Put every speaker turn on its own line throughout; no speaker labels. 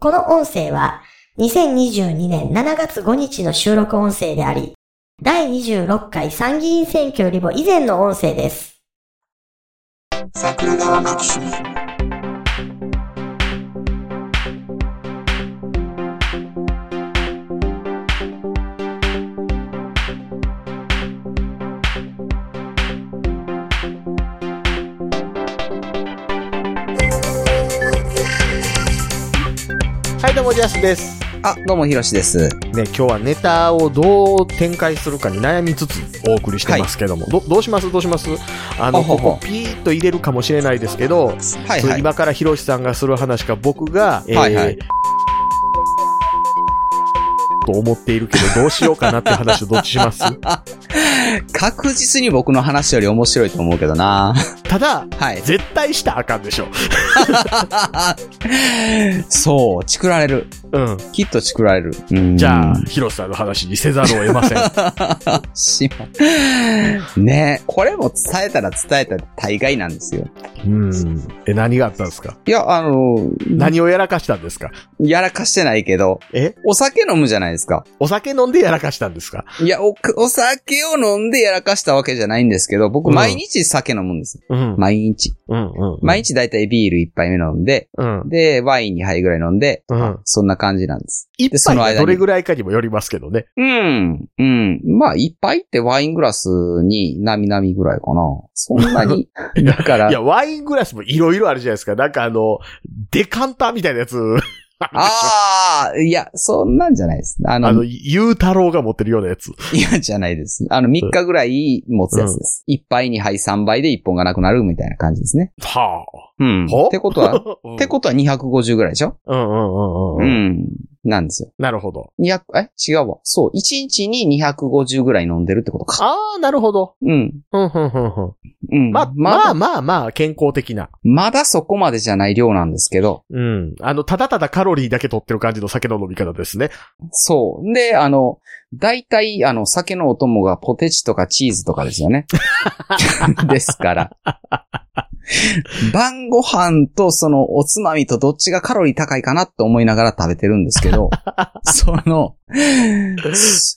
この音声は2022年7月5日の収録音声であり、第26回参議院選挙よりも以前の音声です。
桜川マキシム
はい、どうも、ジャスです。
あ、どうも、ひろしです。
ね、今日はネタをどう展開するかに悩みつつお送りしてますけども、どどうしますどうしますあの、
ほほほ
ここピーッと入れるかもしれないですけど、
はい
そ
は
れ
い。
今からひろしさんがする話か、僕が、えー
はいはい
と思っているけど、どうしようかなって話をどっちします
確実に僕の話より面白いと思うけど な。
ただ、
はい。
絶対したらあかんでしょ。
そう、チクられる。
うん。
きっとチクられる。うん
じゃあ、。ひろしさんの話にせざるを得ま せん。
しまねこれも伝えたら伝えたら大概なんですよ。
うん。え、何があったんですか
いや、あの、
何をやらかしたんですか
やらかしてないけど、
え
お酒飲むじゃないですか。
お酒飲んでやらかしたんですか
いや、お、お酒を飲んでやらかしたわけじゃないんですけど、僕
うん
毎日酒飲むんです。
うん。
毎日。
うんうん。
毎日だいたいビール一杯目飲んで、
うん。
で、ワイン2杯ぐらい飲んで、
うん
そんな感じなんです。で
一
そ
杯
の
が
間に
どれぐらいかにもよりますけどね。。
うん。うん。まあ、いっぱいってワイングラスになみなみぐらいかな。そんな に
いや
だから
い、や、ワイングラスもいろいろあるじゃないですか。なんかあの、デカンターみたいなやつ、
ああ、いや、そんなんじゃないです。あの、
あの、ゆうたろうが持ってるようなやつ。
いや、じゃないです。あの、3日ぐらい持つやつです。1杯、2杯、3杯で1本がなくなるみたいな感じですね。
は
うん。
ほ
ってこと
あ。
は、
っ
ってことは250ぐらいでしょ
と。うんうんうん
う
うん。
ん。なんですよ。
なるほど。
200、え違うわ。そう。1日に250ぐらい飲んでるってことか。
ああ、なるほど。
うん。
うんうんうんうん。
うん。
ま、まあまあまあ、健康的な。
まだそこまでじゃない量なんですけど。
うん。あの、ただただカロリーだけ取ってる感じの酒の飲み方ですね。
そう。で、あの、大体、あの、酒のお供がポテチとかチーズとかですよ ね。ですから。晩ご飯とそのおつまみとどっちがカロリー高いかなと思いながら食べてるんですけ ど、その、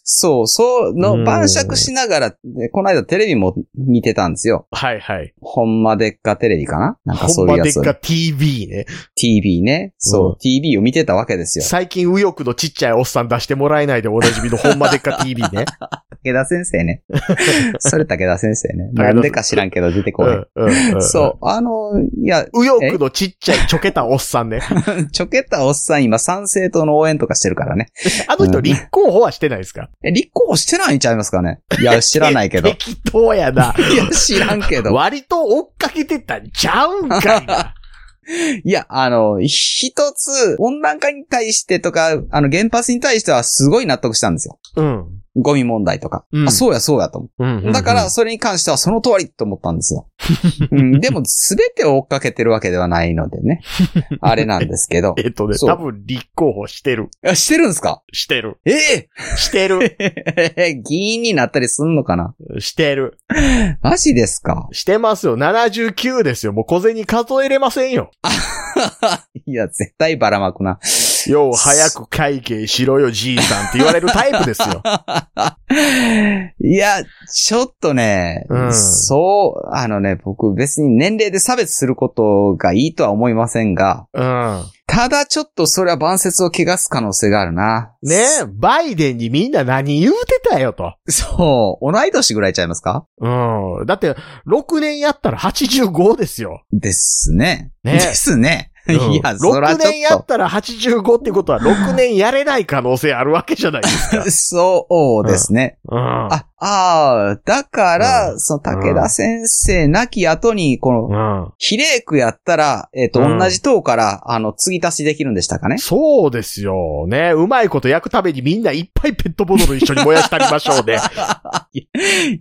そう、そう
うん
の、晩酌しながら、でこの間テレビも見てたんですよ。
はいはい。
ほんまでっかテレビかななんか
ほ
そ
ん
うい
ま
う
で
や
っ
つ。
か TV ね。
TV ね。そう、
うん
TV を見てたわけですよ。
最近右翼のちっちゃいおっさん出してもらえないでおなじみのほんまでっか TV ね。
武田先生 ね。それ武田先生ね。
田
なんでか知らんけど出てこない。
うん
そう、あの、いや、
右翼のちっちゃいちょけたおっさんね。
ちょけたおっさん今参政党の応援とかしてるからね。
あの人立候補はしてないですか
え、立候補してないんちゃいますかねいや、知らないけ ど。い
適当やな。
や、知らんけど。
割と追っかけてたんちゃうんかいな。
いや、あの、一つ、温暖化に対してとか、あの、原発に対してはすごい納得したんですよ。
うん。
ゴミ問題とか。
うん
あ、そうや、そうやと思
うんうんう
う。
ん
だから、、それに関してはその通りと思ったんですよ。うん、でも、すべてを追っかけてるわけではないので ね。あれなんですけど。
えっとね、
そう
多分立候補してる。
あしてるんですか
してる。
ええ
してる。
議員になったりすんのかな
してる。
マジですか
してますよ。79ですよ。もう小銭数えれませんよ。
いや、絶対ばらまくな。
よう、早く会計しろよ、じいさんって言われるタイプです よ。
いや、ちょっとね、
うん
そう、あのね、僕別に年齢で差別することがいいとは思いませんが、
うん。
ただちょっとそれは万節を汚す可能性があるな。
ねえ、バイデンにみんな何言うてたよと。
そう、同い年ぐらいちゃいますか
うん。だって、6年やったら85ですよ。
ですね。
ね
ですね。
うん
いや、そら
6年
ち
や
ょっ
ったら85ってことは6年やれない可能性あるわけじゃないです か
と。。そうですね。
うん。
あ、ああ、だから、
うん
その武田先生、亡き後に、この、
うん。
比例区やったら、えっ、と、
うん
同じ党から、あの、継ぎ足しできるんでしたか ね
そうですよ。ね。うまいこと焼くためにみんないっぱいペットボトル一緒に燃やしてあげまし ょうね。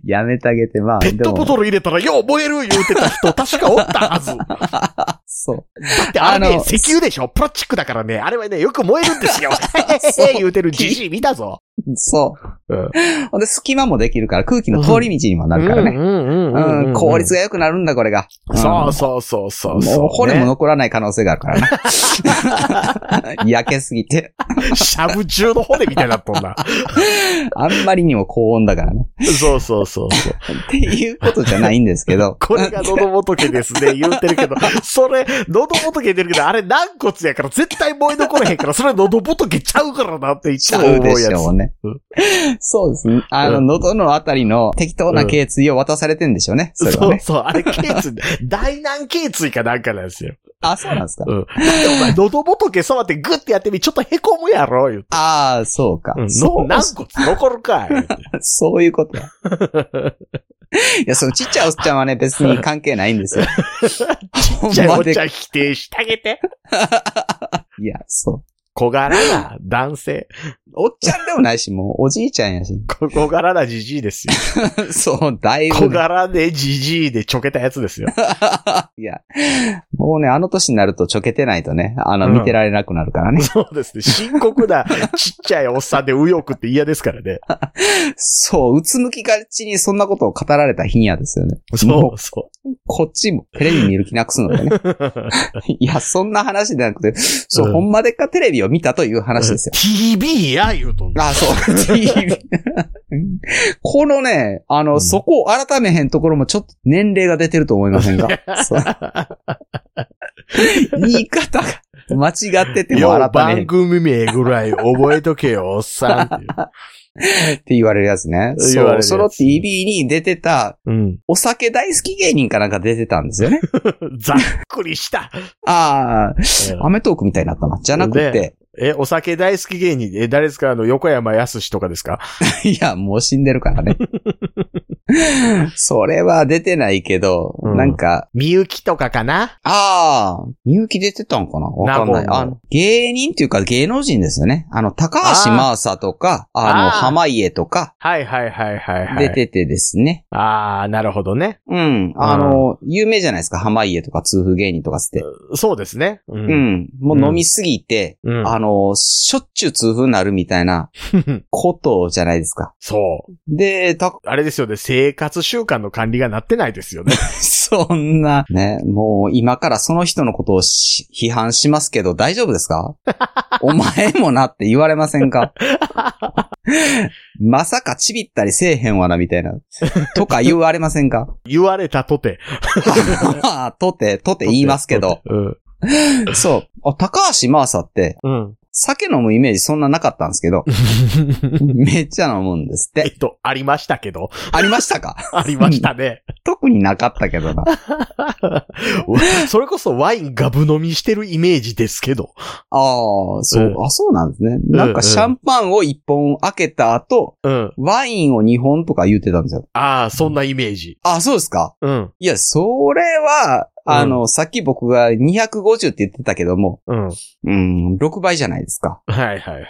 やめてあげて、まあ、
ペットボ
ル
トル入れたらよう燃える言うてた人確かおったはず。 だ
そう。
ってあれ
あ
ね
の、
石油でしょプラスチックだからね。あれはね、よく燃えるんですよ。へへへへ言うてるじじい見たぞ。
そう。
うん
ほんで、隙間もできるから、空気の通り道にもなるからね。
うんうんうんうん
うん、効率が良くなるんだ、これが。
そう
う
そうそうそ
ん
うそう。
もう骨も
ね
残らない可能性があるから な。 焼けすぎて。
しゃぶ中の骨みたいになっとんな。
あんまりにも高温だからね。
そうそうそうそう。
っていうことじゃないんですけど。
これが喉仏ですね、言うてるけど、それ、喉仏出てるけど、あれ軟骨やから絶対燃え残らへんから、それ喉仏ちゃうからなってい
ち
つ
ゃ
も
う
思
で
う
し
やつ。
ょうね
うん。
そうですね。あの、
うん
喉のあたりの適当な頸椎を渡されてんでしょうね。それは
そう
ね。
そう、あれ、頸椎、大軟頸椎かなんかなんですよ。
あ、そうなんですか
う。ん。だってお前、喉仏触ってグッてやってみ、ちょっと凹むやろ、言うて。
ああ、そうか
う。ん、
そ
の
う
軟骨残るかい。言うて
そういう ことだ。いや、そのちっちゃいおっちゃんはね、別に関係ないんですよ。 ほん
じゃあ、
ま
おっ
で
ち。ゃん否定してあげて。
いや、そ
小柄な男性。
う。おっちゃんでもないし、もうおじいちゃんやし。
小小柄なじじいですよ。
そう、だいぶ
小
ね、
柄でじじいでちょけたやつですよ。
いや、もうね、あの年になるとちょけてないとね、あの、
うん
見てられなくなるからね。
そうですね。深刻なちっちゃいおっさんで右翼って嫌ですからね。
そう、うつむきがちにそんなことを語られた日にはですよね。
そ
も
うそ
こっちもテレビ見る気なくすのでね。
う。
いや、そんな話じゃなくて、そう、
うん
ほんまでっかテレビを見たという話ですよ。
TV や言うとんの。
あ、そう。TV このね、あの、
うん
そこを改めへんところもちょっと年齢が出てると思いませんか そう言い方が間違ってても
よう
改めへんっ
番組名ぐらい覚えとけよ、おっさんっ ていう。
て言われるやつね。
言われ
そ
る
う、
やつ
その TV に出てた、
うん。
お酒大好き芸人かなんか出てたんですよ ね。
ざっくりした。
ああ、アメトークみたいになったな。じゃなくて、
え、お酒大好き芸人、え、誰ですかあの、横山やすしとかですか
いや、もう死んでるから ね。それは出てないけど、
うん
なんか、
みゆきとかかな
ああ、みゆき出てたんかなわかんない。
ナゴンの
あの、芸人っていうか芸能人ですよね。あの、高橋真麻とか、あ
あー
の、濱家とか、
はいはいはいはいはい。
出ててですね。
あー、なるほどね。
うん。あの、有名じゃないですか。濱家とか、通風芸人とかつって。
そうですね。
う
う。
んん。もう飲みすぎて、
うん。
あの、しょっちゅう通風になるみたいなことじゃないですか。
そう。
で、た、
あれですよね。生活習慣の管理がなってないですよ ね。
そんな、ね、もう今からその人のことをし批判しますけど、大丈夫です かお前もなって言われませんかまさかちびったりせえへんわな、みたいな。とか言われません か
言われたとて。
とて、とて言いますけど。
うん。
そう。あ高橋真麻って、
うん。
酒飲むイメージそんななかったんです けど、めっちゃ飲むんですっ
え
て。
っと、ありましたけど。
ありましたか
ありましたね。
特になかったけどな。
それこそワインガブ飲みしてるイメージですけど。
ああ、そうう、
ん
あ、そうなんですね。なんかシャンパンを1本開けた後、
うん。
ワインを2本とか言ってたんですよ。
ああ、そんなイメージ。
あ、そうですか
うん。
いや、それは、あの、さっき僕が250って言ってたけども、
うん。
うん、6倍じゃないですか。
はいはいはい。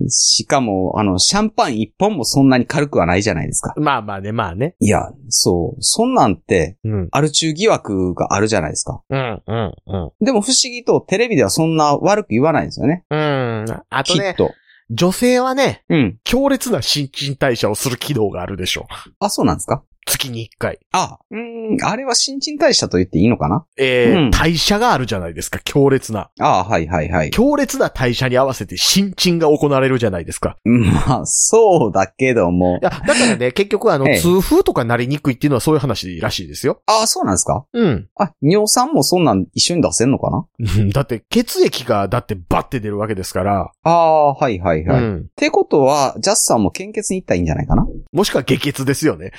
うん、しかも、あの、シャンパン1本もそんなに軽くはないじゃないですか。
まあまあね、まあね。
いや、そう、そんなんって、
うん。
アル中疑惑があるじゃないですか。
うん、うん、うん。
でも不思議とテレビではそんな悪く言わないんですよね。
うん。あと
きっ
ね、
と。
女性はね、
うん。
強烈な新陳代謝をする機能があるでしょう。
あ、そうなんですか
月に一回。
あ、うん、あれは新陳代謝と言っていいのかな
えー
うん
代謝があるじゃないですか、強烈な。
あはいはいはい。
強烈な代謝に合わせて新陳が行われるじゃないですか。
うんまあ、そうだけども
い。や、だから ね、結局あの
ええ、
痛風とかなりにくいっていうのはそういう話らしいですよ。
ああ、そうなんですか
うん。
あ、尿酸もそんなん一緒に出せんのかな
だって血液がだってバッて出るわけですから、
ああ、はいはいうはい。っ
ん。
てことは、ジャスさんも献血に行ったらいいんじゃないか な
もしくは下血ですよね。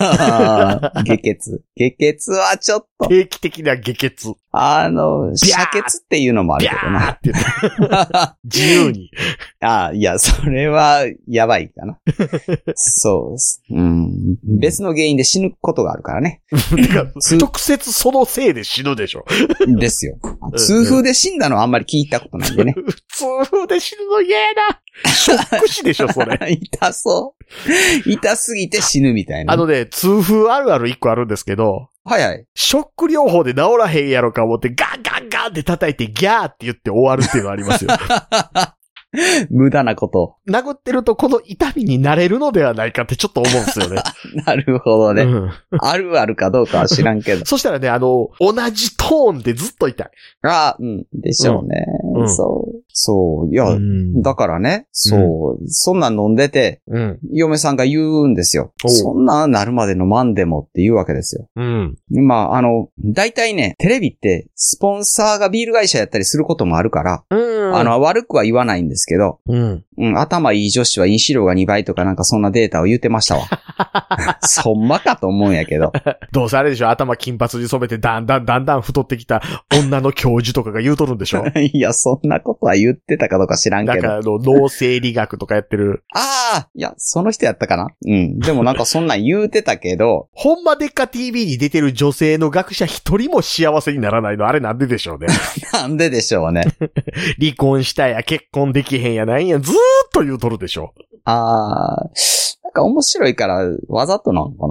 あー下血。下血はちょっと、
定期的な下血。
あの、
ビャー
遮血っていうのもあ
ビ
る
ャ
けど
ー
な。
って言って自由に。
ああ、いや、それは、やばいか な。そうっす。うん。別の原因で死ぬことがあるから ね。
てか直接そのせいで死ぬでしょ。
ですよ。痛風で死んだのはあんまり聞いたことないんでね。
痛風で死ぬの嫌だ。ショック死でし ょ、それ。
痛そう。痛すぎて死ぬみたいな。
あのね、痛風あるある一個あるんですけど、
はいはい。
ショック療法で治ら へんやろか思って、ガンガンガンって叩いて、ギャーって言って終わるっていうのありますよ。
無駄なこと。
殴ってるとこの痛みになれるのではないかってちょっと思うんですよね。
なるほど
う
ね。
ん
あるあるかどうかは知らん けど。
そしたらね、あの、同じトーンでずっと痛い。
あうん。でしょうね。
うんうん
そう。そう。いや、
ん
だからね、そう、そんなん飲んでて、
うん。
嫁さんが言うんですよ。
おう
そんなんなるまで飲まんでもって言うわけですよ。
うん。
まあ、あの、大体ね、テレビって、スポンサーがビール会社やったりすることもあるから、
うん。
あ、の、悪くは言わないんですけど、
うん。
うん、頭いい女子は飲酒量が2倍とかなんかそんなデータを言ってましたわ。 そんまかと思うんやけど。
どうせあれでしょ頭金髪に染めてだんだんだんだん太ってきた女の教授とかが言うとるん でしょ
いや、そんなことは言ってたかどうか知らん
だ
け
か
ど。あ
らあの、脳生理学とかやってる。
あーいや、その人やったかなうん。でもなんかそんなん言うてたけど、
ほんまでっか TV に出てる女性の学者一人も幸せにならないの、あれなんででしょうね。
なんででしょうね。
離婚したや、結婚できへんや、なんや、ずーっと言うとるでしょ。
ああ、なんか面白いからわざとなんか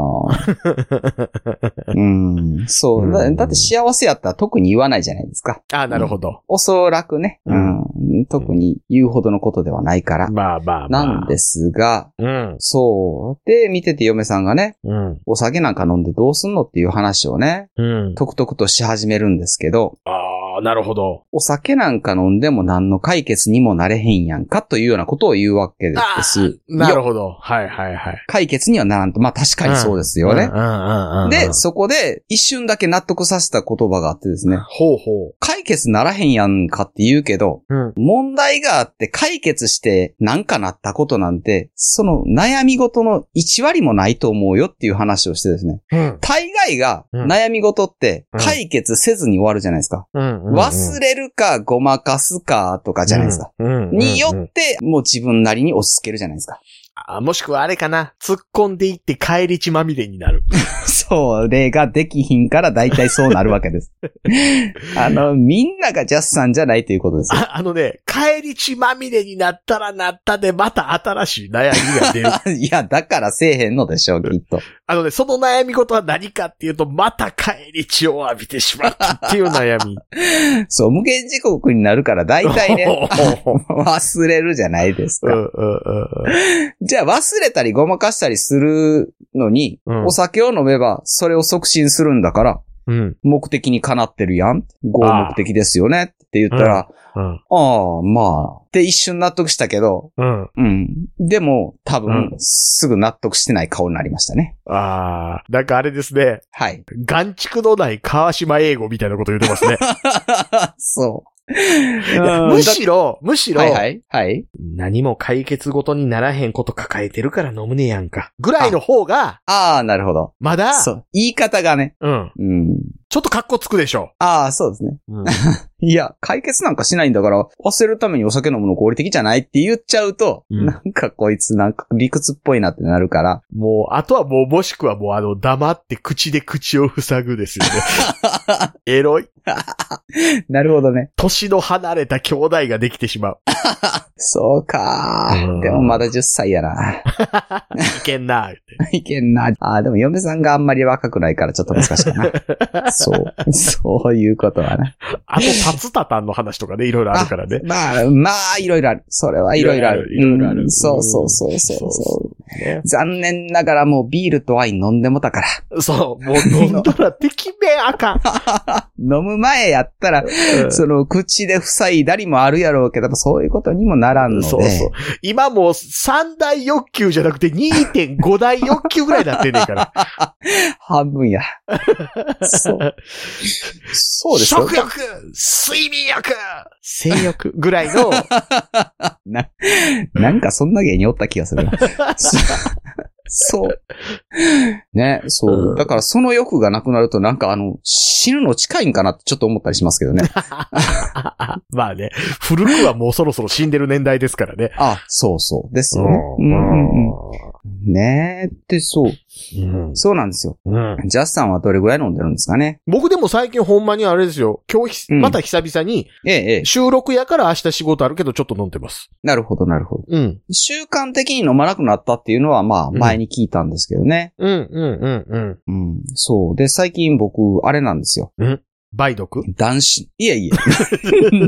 な。うん、そうだ。だって幸せやったら特に言わないじゃないですか。
ああ、なるほど。
おそらくね、うん特に言うほどのことではないから。
まあまあまあ。
なんですが、
うん。
そう。で、見てて嫁さんがね、
うん。
お酒なんか飲んでどうすんのっていう話をね、
うん。
とくとくとし始めるんですけど、
ああ、なるほど。
お酒なんか飲んでも何の解決にもなれへんやんかというようなことを言うわけで
あ
す。
なる
よ
ほど。はいはいはい。
解決にはならんと。まあ確かにそうですよね
うん。うんうんうん。
で、そこで一瞬だけ納得させた言葉があってですね、
ほうほう。
解決ならへんやんかって言うけど、
うん。
問題があって解決してなんかなったことなんて、その悩み事の1割もないと思うよっていう話をしてですね。
うん。
大概が
うん
悩み事って
うん
解決せずに終わるじゃないですか。
うん。
忘れるかごまかすかとかじゃないですか。。
うん。
によってもう自分なりに落ち着けるじゃないですか。
あもしくはあれかな。突っ込んでいって帰り血まみれになる。
それができひんから大体そうなるわけ です。あの、みんながジャスさんじゃないということです よ。
ああのね、帰り血まみれになったらなったで、また新しい悩みが出る。
いや、だからせえへんのでしょう、きっと。
あのね、その悩み事は何かっていうと、また帰り血を浴びてしまったっていう悩 み。、
そう、無限時刻になるから大体ね忘れるじゃないです
うんう
か。
んうん
じゃあ忘れたりごまかしたりするのに、
うん
お酒を飲めばそれを促進するんだから、
うん。うん。
目的にかなってるやん。合目的ですよねって言ったら、
うん。
ああ、まあ、って一瞬納得したけど、
うん。
うん。でも、多分
う、
すぐ納得してない顔になりましたね。
ああ、なんかあれですね。
はい。
眼畜のない川島英語みたいなこと言ってますね。
そう。
いや
うん
むしろ、むしろ、
はいはい。はい。
何も解決ごとにならへんこと抱えてるから飲むねやんか。ぐらいの方が、
ああ、なるほど。
まだ、
そう。言い方がね。
うん。
うん。
ちょっと格好つくでしょ。
ああ、そうですね。
うん。
いや、解決なんかしないんだから、忘れるためにお酒飲むの合理的じゃないって言っちゃうと、
うん
なんかこいつなんか理屈っぽいなってなるから、
もう、あとはもう、もしくはもう、あの、黙って口で口を塞ぐですよね。 エロい。
なるほどね。
年の離れた兄弟ができてしまう。
そうか
うん
でもまだ10歳やな。
いけんな、って。
いけんな。ああ、でも嫁さんがあんまり若くないからちょっと難しい な。そう。そういうことはね。
あと、タツタタンの話とかね、いろいろあるからね。
まあ、まあ、いろいろある。それはいろいろある。
いろいろある
うんそうそうそう
そ
そうう
そ
そう
ね
う。残念ながらもうビールとワイン飲んでもたから。
そう、もう飲んだらてきめ あかん。
飲む前やったら、その、口で塞いだりもあるやろうけど、そういうことにもならんので。
そうそう。今もう3大欲求じゃなくて2.5大欲求ぐらいになってんねんから。
半分 や。そう。 そうですよ
食。欲睡眠欲性欲ぐらいの、
な、なんかそんな芸人おった気がする な。そそう。ね、そうう。
ん
だからその欲がなくなると、なんかあの、死ぬの近いんかなってちょっと思ったりしますけどね。
まあね、古くはもうそろそろ死んでる年代ですからね。
あ、そうそう。ですよね。うんうんう
うん
ねえってそう。
ん
そうなんですよ。
うん
ジャスさんはどれぐらい飲んでるんですかね
僕でも最近ほんまにあれですよ。今日ひ、
うん
また久々に、
ええ、ええ。
収録やから明日仕事あるけどちょっと飲んでます。
なるほど、なるほど。
うん。
習慣的に飲まなくなったっていうのは、まあ、
うん
前に聞いたんですけどね。
うん、うん、うん、うん。
うん。そう。で、最近僕、あれなんですよ。
梅毒
男子、いえいえ。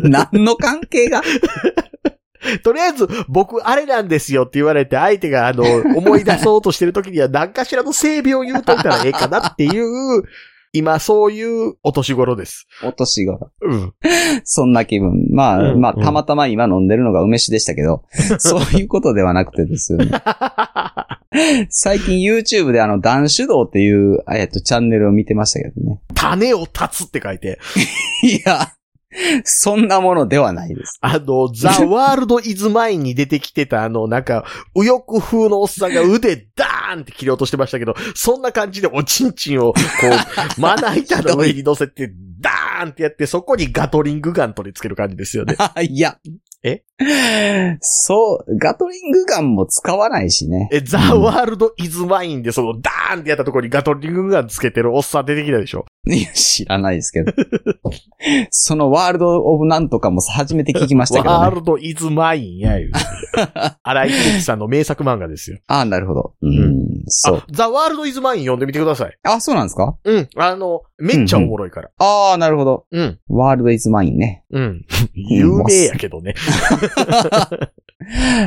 何の関係が
とりあえず、僕、あれなんですよって言われて、相手が、 あの、思い出そうとしてる時には、何かしらの性病を言うといたらええかなっていう、今、そういうお年頃です。
お年頃。
うん。
そんな気分。まあ、
うん
まあ、
うん
たまたま今飲んでるのが梅酒でしたけ ど、そういうことではなくてですよね。最近 YouTube であの、男子道っていう、えっと、チャンネルを見てましたけどね。
種を断つって書いて、
いや、そんなものではないです。
あの、ザ・ワールド・イズ・マインに出てきてた、あの、なんか、右翼風のおっさんが腕、ダーンって切り落としてましたけど、そんな感じでおちんちんを、こ う、まな板の上に乗せて、ダーンってやって、そこにガトリングガン取り付ける感じですよね。
あいや。
え
そう、ガトリングガンも使わないしね。
え、ザ・ワールド・イズ・ワインで、その、ダーンってやったところにガトリングガンつけてるおっさん出てきたでしょ。
いや知らないですけど。 そのワールド・オブ・なんとかも初めて聞きましたけ
ワ
ど
ー
ね。
ルド・イズ・マインや、言うて 荒井秀樹さんの名作漫画ですよ。
ああ、なるほど。う、
うん
そう
あ。、ザ・ワールド・イズ・マイン読んでみてください。
あ、そうなんですか
うん。あの、めっちゃおもろいから。
ああ、なるほど。
うん。
ワールド・イズ・マインね。
うん。有名やけどね。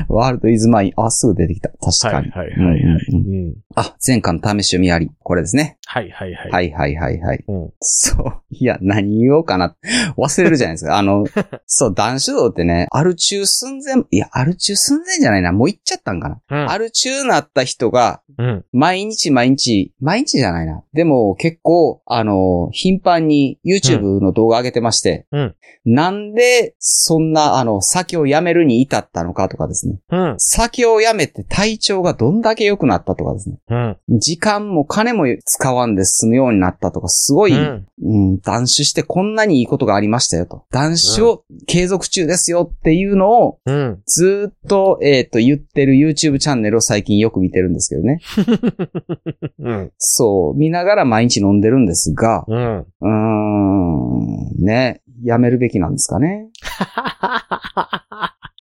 ワールド・イズ・マイン。あ、すぐ出てきた。確かに。
はいはいはいはい
うんうんうん
うん。
あ、前巻試し読みあり。これですね。
はいはいはい。
はいはいはいはい。
うん
そう。いや、何言おうかな。忘れるじゃないですか。あ の、そう、男子道ってね、ある中寸前、いや、ある中寸前じゃないな。もう行っちゃったんかな。
うん
ある中なった人が、
うん。
毎日毎日、毎日じゃないな。でも結構、あの、頻繁に YouTube の動画上げてまして、
うん
なんで、そんな、あの、酒をやめるに至ったのかとかですね。
うん。
酒をやめて体調がどんだけ良くなったとかですね。
うん。
時間も金も使わんで済むようになったとか、すごい、うん、断酒してこんなにいいことがありましたよと。断酒を継続中ですよっていうのを、
うん。
ずーっと、えっ、と、言ってる YouTube チャンネルを最近よく見てるんですけどね。
うん。
そう、見ながら毎日飲んでるんですが、
うん。
うーん、ね、やめるべきなんですか ね。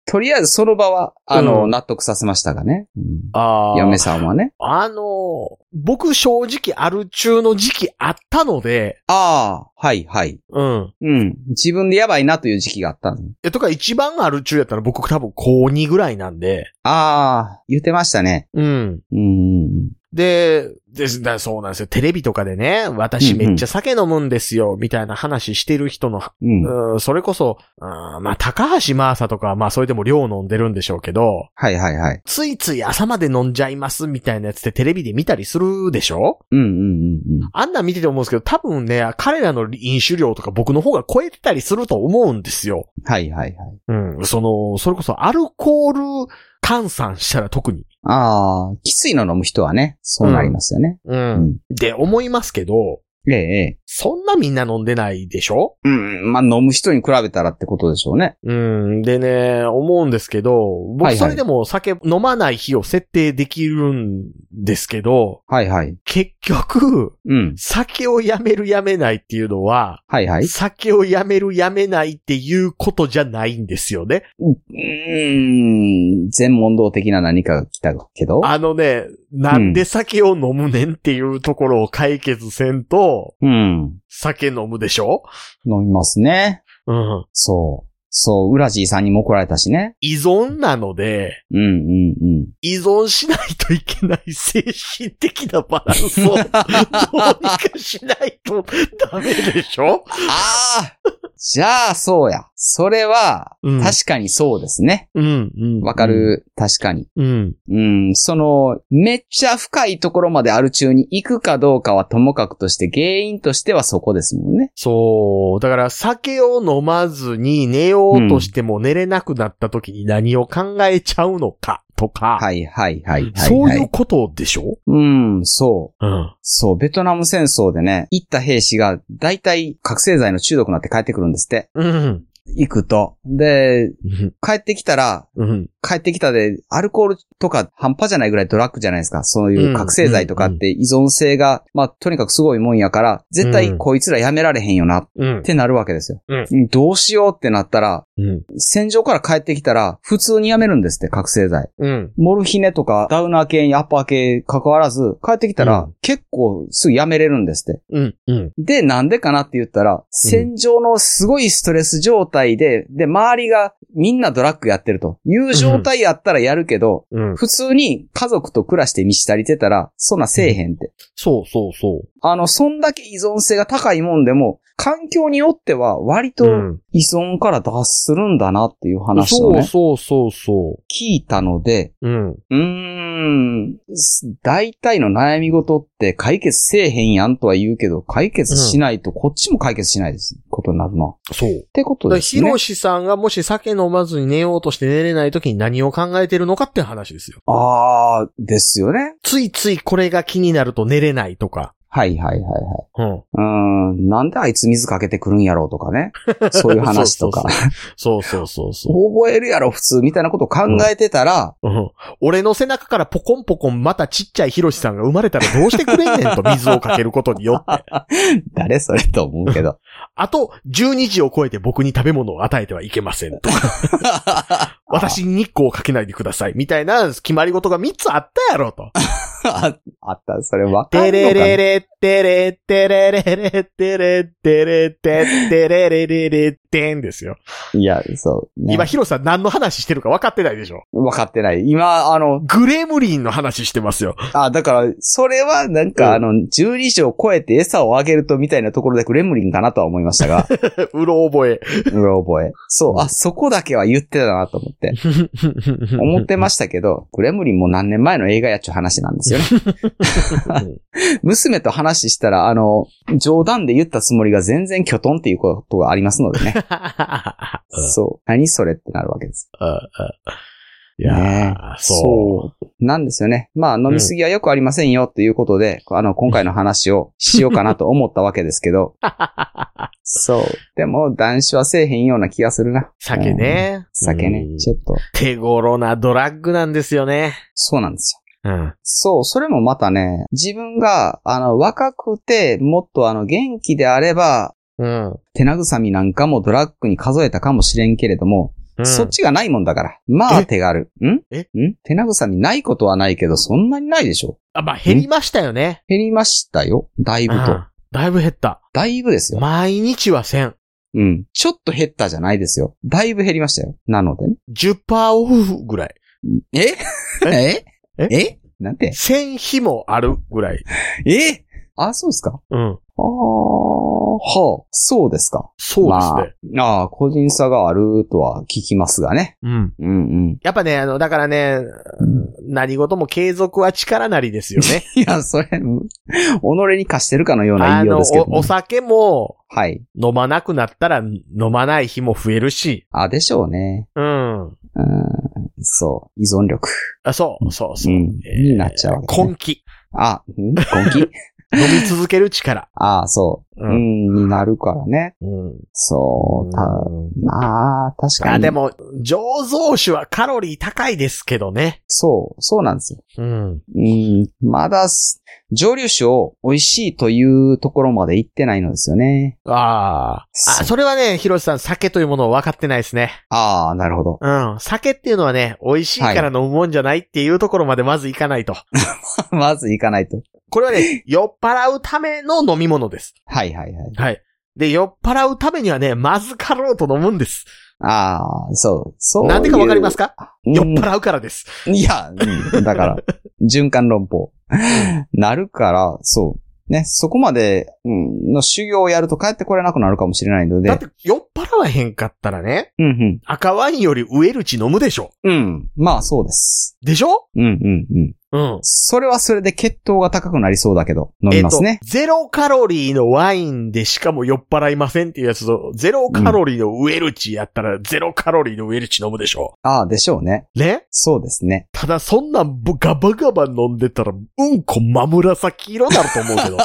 とりあえずその場は、あの、
うん
納得させましたがね。うん
あ
や
あ
め。さんはね。
あの、僕正直ある中の時期あったので、
ああ、はいはい。
うん。
うん。自分でやばいなという時期があったの。
え、とか一番ある中やったら僕多分高2ぐらいなんで、
ああ、言ってましたね。
うん。
うん。
で、ですだそうなんですよ。テレビとかでね、私めっちゃ酒飲むんですよ、みたいな話してる人
う
の
ん。は
うんそれこそ、うんまあ、高橋真麻とかは、まあ、それでも量飲んでるんでしょうけど、
いはいはい。
ついつい朝まで飲んじゃいますみたいなやつってテレビで見たりするでしょ
うんうんうんうん。
あんなん見てて思うんですけど、多分ね、彼らの飲酒量とか僕の方が超えてたりすると思うんですよ。
はいはいはい。
うん。その、それこそアルコール換算したら特に。
ああ、きついの飲む人はね、そうなりますよね。
う
うん
ん。で、思いますけど、
ええ、ええ。
そんなみんな飲んでないでしょ
うん、まあ飲む人に比べたらってことでしょうね。
うん。でね、思うんですけど、
はいは
僕
い
それでも酒飲まない日を設定できるんですけど、
はいはい。
結局、
うん。
酒をやめるやめないっていうのは、
はいはい。
酒をやめるやめないっていうことじゃないんですよね。
うーん、全問答的な何かが来たけど。
あのね、なんで酒を飲むねんっていうところを解決せんと、
うん。
酒飲むでしょ
飲みますね。
うん。
そう。そう、ウラジーさんにも怒られたしね。
依存なので、
うんうんうん。
依存しないといけない精神的なバラ ンスをどうにかしないとダメでしょ
ああじゃあ、そうや。それは、
うん
確かにそうですね。
うん、うん。
わか。る、確かに。
うん。
うん、その、めっちゃ深いところまである中に行くかどうかはともかくとして、原因としてはそこですもんね。
そう。だから酒を飲まずに寝ようとしても寝れなくなった時に何を考えちゃうのかとか、
はいはいはいはい、はい。
そういうことでしょ
うん、そう。
うん。
そう、ベトナム戦争でね、行った兵士が大体覚醒剤の中毒になって帰ってくるんですって。
うん。
行くと。で、
うん
帰ってきたら、
うん。
帰ってきたで、アルコールとか半端じゃないぐらいドラッグじゃないですか。そういう覚醒剤とかって依存性が、まあ、とにかくすごいもんやから、絶対こいつらやめられへんよなっ
うん。
てなるわけですよ。
うん
どうしようってなったら、
うん。
戦場から帰ってきたら、普通にやめるんですって、覚醒剤。
うん。
モルヒネとか、ダウナー系、アッパー系、関わらず、帰ってきたら、
う
結構すぐやめれるんですって。
うん。うん。
で、なんでかなって言ったら、戦場のすごいストレス状態で、で、周りがみんなドラッグやってるという状態やったらやるけど、
うん。
普通に家族と暮らして満ち足りてたら、そんなせえへんって。
そうそうそう。
あの、そんだけ依存性が高いもんでも、環境によっては割と
うん
依存から脱するんだなっていう話を
そ
ね、
うそうそうそ
聞いたので、
う。うん。
うーん、す大体の悩み事って解決せえへんやんとは言うけど、解決しないとこっちも解決しないです。ことになるな。っ
そう。
てこと
だから
です
ヒ
ね
ロ。シさんがもし酒飲まずに寝ようとして寝れない時に何を考えてるのかって話ですよ。
あー、ですよね。
ついついこれが気になると寝れないとか。
はいはいはいはい。
うん。
うーん、なんであいつ水かけてくるんやろうとかね。そういう話とか。
そうそうそうそう。
覚えるやろ普通みたいなことを考えてたら、
うん。俺の背中からポコンポコンまたちっちゃいヒロシさんが生まれたらどうしてくれんねんと水をかけることによって。
誰それと思うけど。
あと、12時を超えて僕に食べ物を与えてはいけませんとか。私に日光をかけないでください。みたいな決まり事が3つあったやろと。
ああった、それわかんのか
てれれ
な
れ、てれ、てれれれ、てれ、てれ、て、てれれれれ、てんですよ。
いや、そう、ね。
今、ヒロシさん何の話してるか分かってないでしょ
わかってない。今、あの、
グレムリンの話してますよ。
あ、だから、それはなん
うん
か、あの、12時を超えて餌をあげるとみたいなところでグレムリンかなとは思いましたが、
うろ覚え。
うろ覚え。そう、あ、そこだけは言ってたなと思って。思ってましたけど、グレムリンも何年前の映画やっちゅう話なん ですよね。娘と話したら、あの、冗談で言ったつもりが全然キョトンっていうことがありますのでね。
うん
そう。何それってなるわけです。
いやー、
ね
そう。
う。なんですよね。まあ、飲みすぎはよくありませんよということで、あの、今回の話をしようかなと思ったわけですけ ど。そう。でも、男子はせえへんような気がするな。
酒
うん。
ね。
酒ね
う。ん
ちょっと。
手頃なドラッグなんですよね。
そうなんですよ。
うん。
そう、それもまたね、自分が、あの、若くて、もっとあの、元気であれば、
うん。
手なぐさみなんかもドラッグに数えたかもしれんけれども、
うん
そっちがないもんだから。まあ
え
手軽。ん
え
ん手なぐさみないことはないけど、そんなにないでしょ。
あ、まあ、減りましたよね。
減りましたよ。だいぶ
う
と
ん。だいぶ減った。
だいぶですよ。
毎日は1000。
うん。ちょっと減ったじゃないですよ。だいぶ減りましたよ。なのでね。
10%オフぐらい。
ええ
え
えなんて
1000日もあるぐらい。
えあ、そうですか
うん。
ああ、はあ、そうですか。
そうですね。
まあ、ああ、個人差があるとは聞きますがね。
うん。
うんうん。
やっぱね、あの、だからね、何事も継続は力なりです よね。
いや、それ、うん己に貸してるかのような
あ
言いよう
の、
ですけどね、
おお酒も
はい。
飲まなくなったら飲まない日も増えるし。
あ、でしょうね。
うん。
うん。そう。依存力。
あそう、そう、そう。
うん
えー
になっちゃうわけね
根気。
あ、ん根気
飲み続ける力。
あ そう。
う
う。ん、になるからね。
うん。
そう。た、まあ、確かに。
あ、で。も、醸造酒はカロリー高いですけどね。
そう、そうなんですよ。
うん。
うん、まだす、蒸留酒を美味しいというところまで行ってないのですよね。
ああ。あ、
そう
それはね、ヒロシさん、酒というものを分かってないですね。
ああ、なるほど。
うん。酒っていうのはね、美味しいから飲むもんじゃないっていうところまでまずいかないと。
まず行かないと。
これはね、 酔っ払うための飲み物です。
はいはいはい。
はい。で、酔っ払うためにはね、まずかろうと飲むんです。
ああ、そう、そういう。
なんでかわかりますか
うん
酔っ払うからです。
いや、うんだから、循環論法。なるから、そう。ね、そこまで、うん、の修行をやると帰ってこれなくなるかもしれないので。
だって、酔っ払わへんかったらね、
うん
赤ワインよりウエルチ飲むでしょ。
うん。うん。まあそうです。
でしょ
うんうんうん。
うん。
それはそれで血糖が高くなりそうだけど、飲
え
み
っ
ま
と
すね。、
ゼロカロリーのワインでしかも酔っ払いませんっていうやつと、ゼロカロリーのウエルチやったら、ゼロカロリーのウエルチ飲むでしょ。
ああ、でしょうね。
ね
そうですね。
ただそんなんぼガバガバ飲んでたら、うんこ真紫色になると思う けど、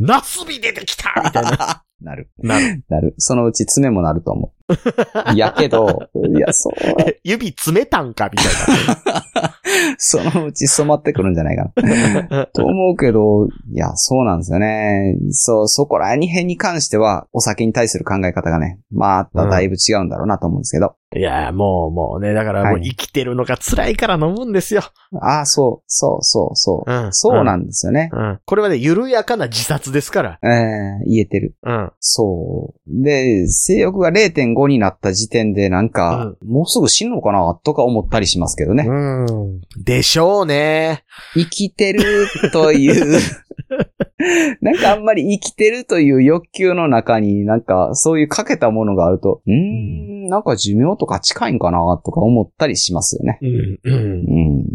ナスビ出てきたみたいな。
なる。
なる。
なる。そのうち爪もなると思 う。やけど、いや、そう、
指詰めたんかみたい
そのうち染まってくるんじゃないかな。と思うけど、いや、そうなんですよね。そう、そこら辺に関しては、お酒に対する考え方がね、まあ、だいぶ違うんだろうなと思うんですけど。
いやー、もう、もうね、だからもう
はい
生きてるのが辛いから飲むんですよ。
ああ、そう、そう、そう、そう。
うん
そうなんですよね。
うん。これはね、緩やかな自殺ですから。
ええ言えてる。
うん。
そう。で、性欲が0.5になった時点でなんか、もうすぐ死ぬのかなとか思ったりしますけどね。
うん。でしょうね。
生きてると いう、なんかあんまり生きてるという欲求の中になんかそういうかけたものがあると、うーん、なんか寿命とか近いんかなとか思ったりしますよね。
うん。うん。
うん。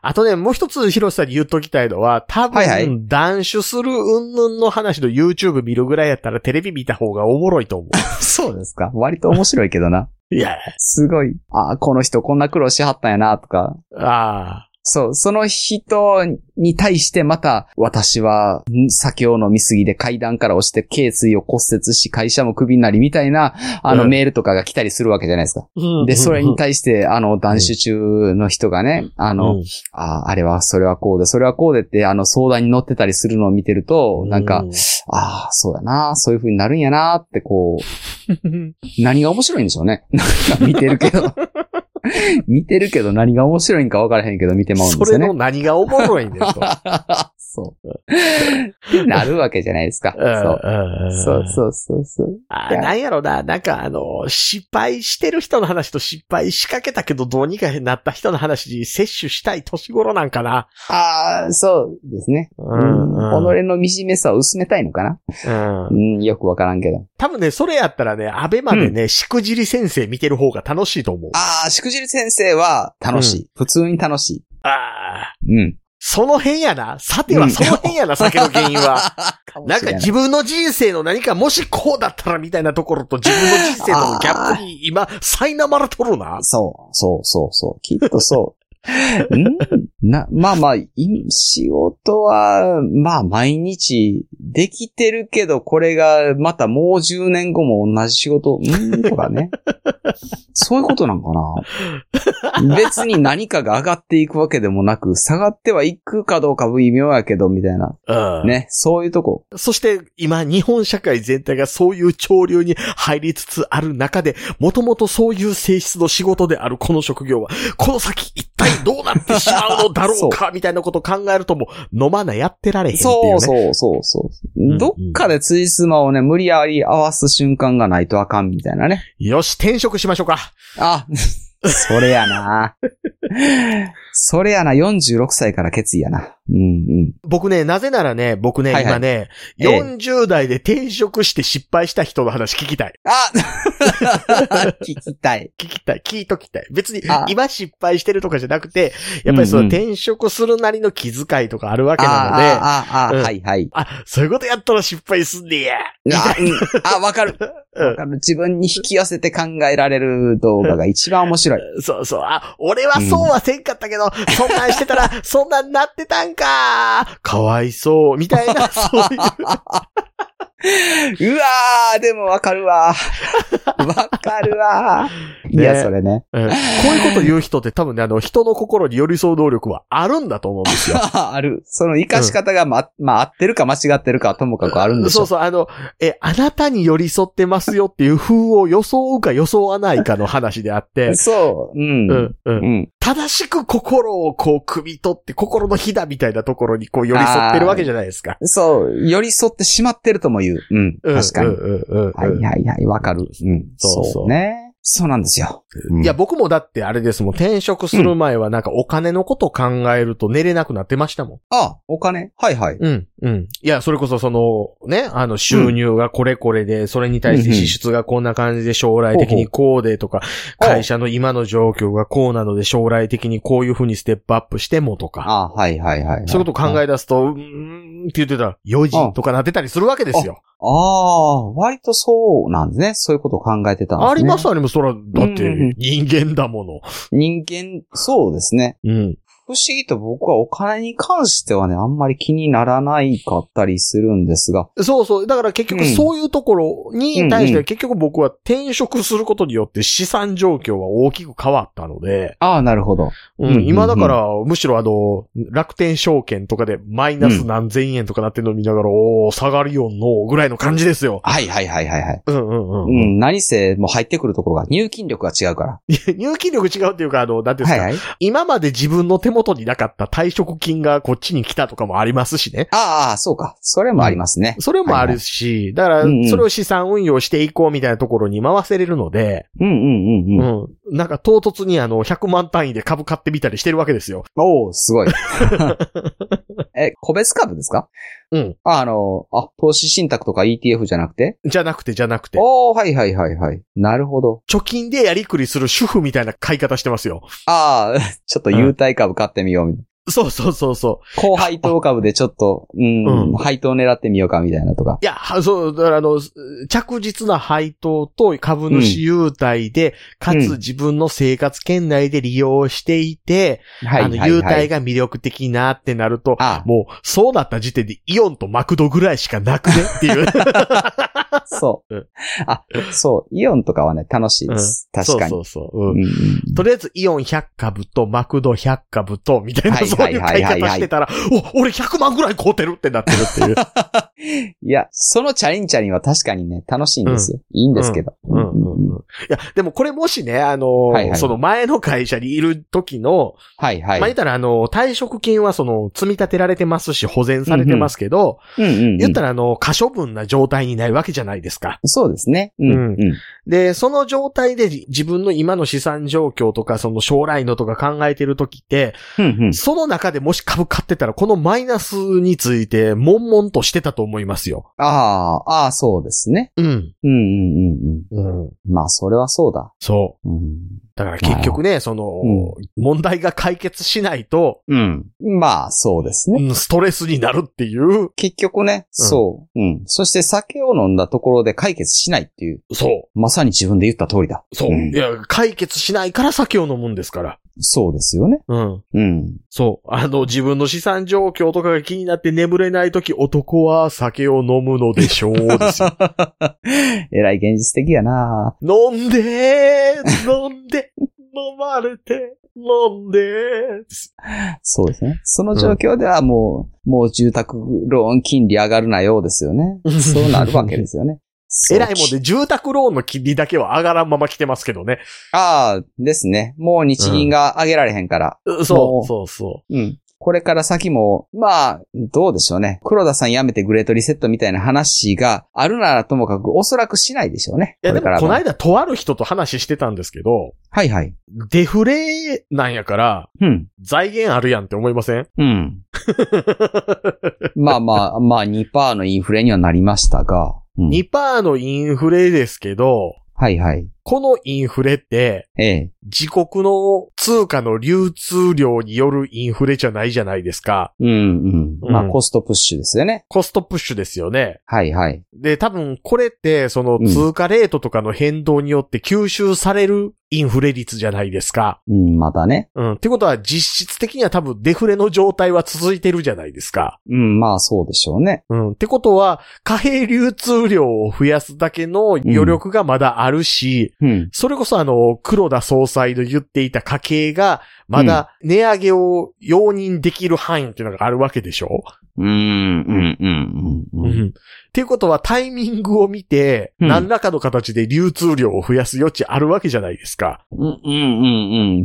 あとね、もう一つ広瀬さんに言っときたいのは、多分、
はいはい
断酒する云々の話の YouTube 見るぐらいやったらテレビ見た方がおもろいと思
そうですか。割と面白いけど な。
う。いや、
すごい。あーこの人こんな苦労しはったんやなとか、
ああ。
そう、その人に対してまた、私はん酒を飲みすぎで階段から落ちて頸椎を骨折し会社もクビになりみたいな、あ
う
の
ん
メールとかが来たりするわけじゃないですか。で、それに対して、あの、断酒中の人がね、あ
あ
の、
うん、
ああれは、それはこうで、それはこうでって、あの、相談に乗ってたりするのを見てると、なんか、ああ、そうやな、そういう風になるんやなって、こう、
うん、
何が面白いんでしょうね。なんか見てるけ ど。見てるけど何が面白いんか分からへんけど見てまうん
そ
です
れ
よね
の。何がおもろいんですか
そう。なるわけじゃないですか。そう。そう
う。
そうそうそう。
あーなんやろな、なんかあの、失敗してる人の話と失敗しかけたけどどうにかなった人の話に摂取したい年頃なんかな。
ああ、そうですね。
う
うん。
うん。
己の惨めさを薄めたいのかなうん、よくわからんけど。
多分ね、それやったらね、アベまでね、しくじり先生見てる方が楽しいと思う。
ああ、しくじる先生は楽しい。普通に楽し
ああ。
い。うん。
その辺やな。さては、その辺やな、酒の原 因は。なんか自分の人生の何かもしこうだったらみたいなところと自分の人生とのギャップに今、苛まれとるな。
そう、そう、そう、そう。きっとそう。うんな、まあまあ、い仕事は、まあ毎日できてるけど、これがまたもう10年後も同じ仕事、うんとかね。そういうことなんかな。別に何かが上がっていくわけでもなく、下がってはいくかどうかも微妙やけど、みたいな。
うん。
ね、そういうとこ。
そして今、日本社会全体がそういう潮流に入りつつある中で、もともとそういう性質の仕事であるこの職業は、この先一体どうなってしまうのだろ うか、みたいなことを考えるともう、飲まなやってられへんっていう、
そ
ね。
うそうそうそう。
うんうん
どっかでついつまをね、無理やり合わす瞬間がないとあかんみたいなね。
よし、転職しましょうか。
あ、 それやな。それやな、46歳から決意やな。うんうん。
僕ね、なぜならね、僕ね、
はいはい
今ね、
ええ
40代で転職して失敗した人の話聞きたい。
あ 聞きたい。
聞きたい。聞いときたい。別に
あ、
今失敗してるとかじゃなくて、やっぱりそ
うん
の
うん
転職するなりの気遣いとかあるわ
あ
けなので、あ
あ、ああ、
うん
はいはい。
そういうことやったら失敗すんねや。
あ、うんあわかる。
うん
わかる。自分に引き寄せて考えられる動画が一番面白い。
そうそう。あ、俺はそうはせんかったけど、そんなんして たら、そんなんなってたんか。かわいそう。みたい な、そういう。
うわー、でもわかる わ。わかるわ。いや、
ね
それね。
うんこういうこと言う人って多分ね、あの、人の心に寄り添う能力はあるんだと思うんですよ。
ある。その活かし方がま、まあ、合ってるか間違ってるかはともかくあるんでし
そ
ょ
う。そう、あの、え、あなたに寄り添ってますよっていう風を装うか装わないかの話であって、
そう。うん。
う、
うん
うん。
ん。
正しく心をこう、汲み取って、心のひだみたいなところにこう、寄り添ってるわけじゃないですか。
そう、寄り添ってしまってるとも言う。うん、
うん
確かに。
うんうんうん
はいはいはい、わかる。うん、
そうそう
そうね。そうなんですよ。うん
いや、僕もだってあれですもん、転職する前はなんかお金のこと考えると寝れなくなってましたもん。
あ、お金はいはい。
うん、うん。いや、それこそその、ね、あの、収入がこれこれで、それに対して支出がこんな感じで将来的にこうでとか、
ほう
会社の今の状況がこうなので将来的にこういう風にステップアップしてもとか、
あ、はいはいはい。
そういうことを考え出すと、うーんって言ってたら、4時とかなってたりするわけですよ。
ああ、割とそうなんですね。そういうことを考えてたんです、ね。
ありますあります。そら、だっ
うんうんう
て
ん、
人間だも
人間、そうですね。
の。うん。
普不思議と僕はお金に関してはね、あんまり気にならないかったりするんですが、
そうそう。だから結局
うん
そういうところ
うんう
に
ん
対して結局僕は転職することによって資産状況は大きく変わったので、
ああ、なるほど。
う
うんうん
ん、
うん
今だからむしろあの、楽天証券とかでマイナス何千円とかなってるの見ながら、おー、下がるよんの、ぐらいの感じですよ。
はいはいはいはいはい。
うんうんうん。
うん、何せもう入ってくるところが入金力が違うから。
入金力違うっていうか、あの、なんていうんですか、
はいはい。
今まで自分の手元になかった退職金がこっちに来たとかもありますしね。
ああ、そうか。それもありますね。
それもあるし、だ
う
か
んうん
ら、それを資産運用していこうみたいなところに回せれるので、
うんうんうん
う
うん。
ん。なんか唐突にあの、100万単位で株買ってみたりしてるわけですよ。
おお すごい。え、個別株ですか
うん。
ああの、あ、投資信託とか ETF じゃなくて
じゃなくて、じゃなくて。
おおはいはいはいはい。なるほど。
貯金でやりくりする主婦みたいな買い方してますよ。
ああ、 ちょっと優待株買ってみようみたいな。
そうそうそうそう。
高配当株でちょっと、うん、
うん
配当狙ってみようかみたいなとか。
いや、はそう、だからあの、着実な配当と株主優待で、か
うん
つ自分の生活圏内で利用していて、
は
あの、優待。が魅力的なってなると、
あ
もう、そうなった時点でイオンとマクドぐらいしかなくねっ ていう。
あ、そう
うん。
あ、そう。イオンとかはね、楽しいです。確かに。
そうそうそう。うん
うんうん
とりあえず、イオン100株と、マクド100株と、みたいな、
はい
そう
はい
いう
は
買
い
い
はいはい
方してたら、お、俺100万ぐらい買うてるってなってるって いう。
いや、そのチャリンチャリンは確かにね、楽しいんですよ。いいんですけど。
うんうんうん
うん
いや、でもこれもしね、あのー
はいはい
その前の会社にいる時の、
はいは
まあ、言
い
っ。たらあのー、退職金はその、積み立てられてますし、保全されてますけど、
うんうんう
言っ
ん
たらあのー、過処分な状態にないわけじゃないですか。
そうですね。うんうん。
で、その状態でじ自分の今の資産状況とか、その将来のとか考えてるときって、
うんうん
その中でもし株買ってたら、このマイナスについて、悶々としてたと思いますよ。
ああ、ああ、そうですね。
うん。
うんうんうんう
うん。
ん。まあ、それはそうだ。
そ
うん。
う。だから結局ね、その、問題が解決しないと、
うん。まあ、そうですね。
うんストレスになるっていう。
結局ね、そう。うん。そして酒を飲んだところで解決しないっていう、
そ
まさに自分で言った通りだ。
う。そう。
ん
いや、解決しないから酒を飲むんですから。
そうですよね。
うん。
うん。
そう。あの、自分の資産状況とかが気になって眠れないとき、男は酒を飲むのでしょう、で すよ。
えらい現実的やな
飲んでー飲んで飲まれて飲んでーです
そうですね。その状況ではもう、もう住宅ローン金利上がるなようですよね。そうなるわけですよ ね。そう
えらいもんで、住宅ローンの金利だけは上がらんまま来てますけどね。
ああ、ですね。もう日銀が上げられへんから。
う
も
そうう、そうそ
うん。これから先も、まあ、どうでしょうね。黒田さん辞めてグレートリセットみたいな話があるならともかく、おそらくしないでしょうね。
う。いや、で
れか
も、
ら
この間とある人と話してたんですけど、
はいはい。
デフレなんやから、
うん。
財源あるやんって思いません
うん。まあまあ、まあ2%のインフレにはなりましたが。うん
?2% のインフレですけど、
はいはい。
このインフレって、
ええ。
自国の通貨の流通量によるインフレじゃないじゃないですか。
うんうん。まあ
うん
コストプッシュですよね。
コストプッシュですよね。
はいはい。
で、多分これって、その
うん
通貨レートとかの変動によって吸収されるインフレ率じゃないですか。
うん、またね。
うん。ってことは実質的には多分デフレの状態は続いてるじゃないですか。
うん、まあそうでしょうね。
うん。ってことは、貨幣流通量を増やすだけの余力がまだあるし、
うん。
それこそあの、黒田総裁の言っていた家計が、まだ値上げを容認できる範囲っていうのがあるわけでしょ
うん、うん、うん、う。
うんん。っていうことはタイミングを見て、
うん
何らかの形で流通量を増やす余地あるわけじゃないですか。
うん、うん、うん、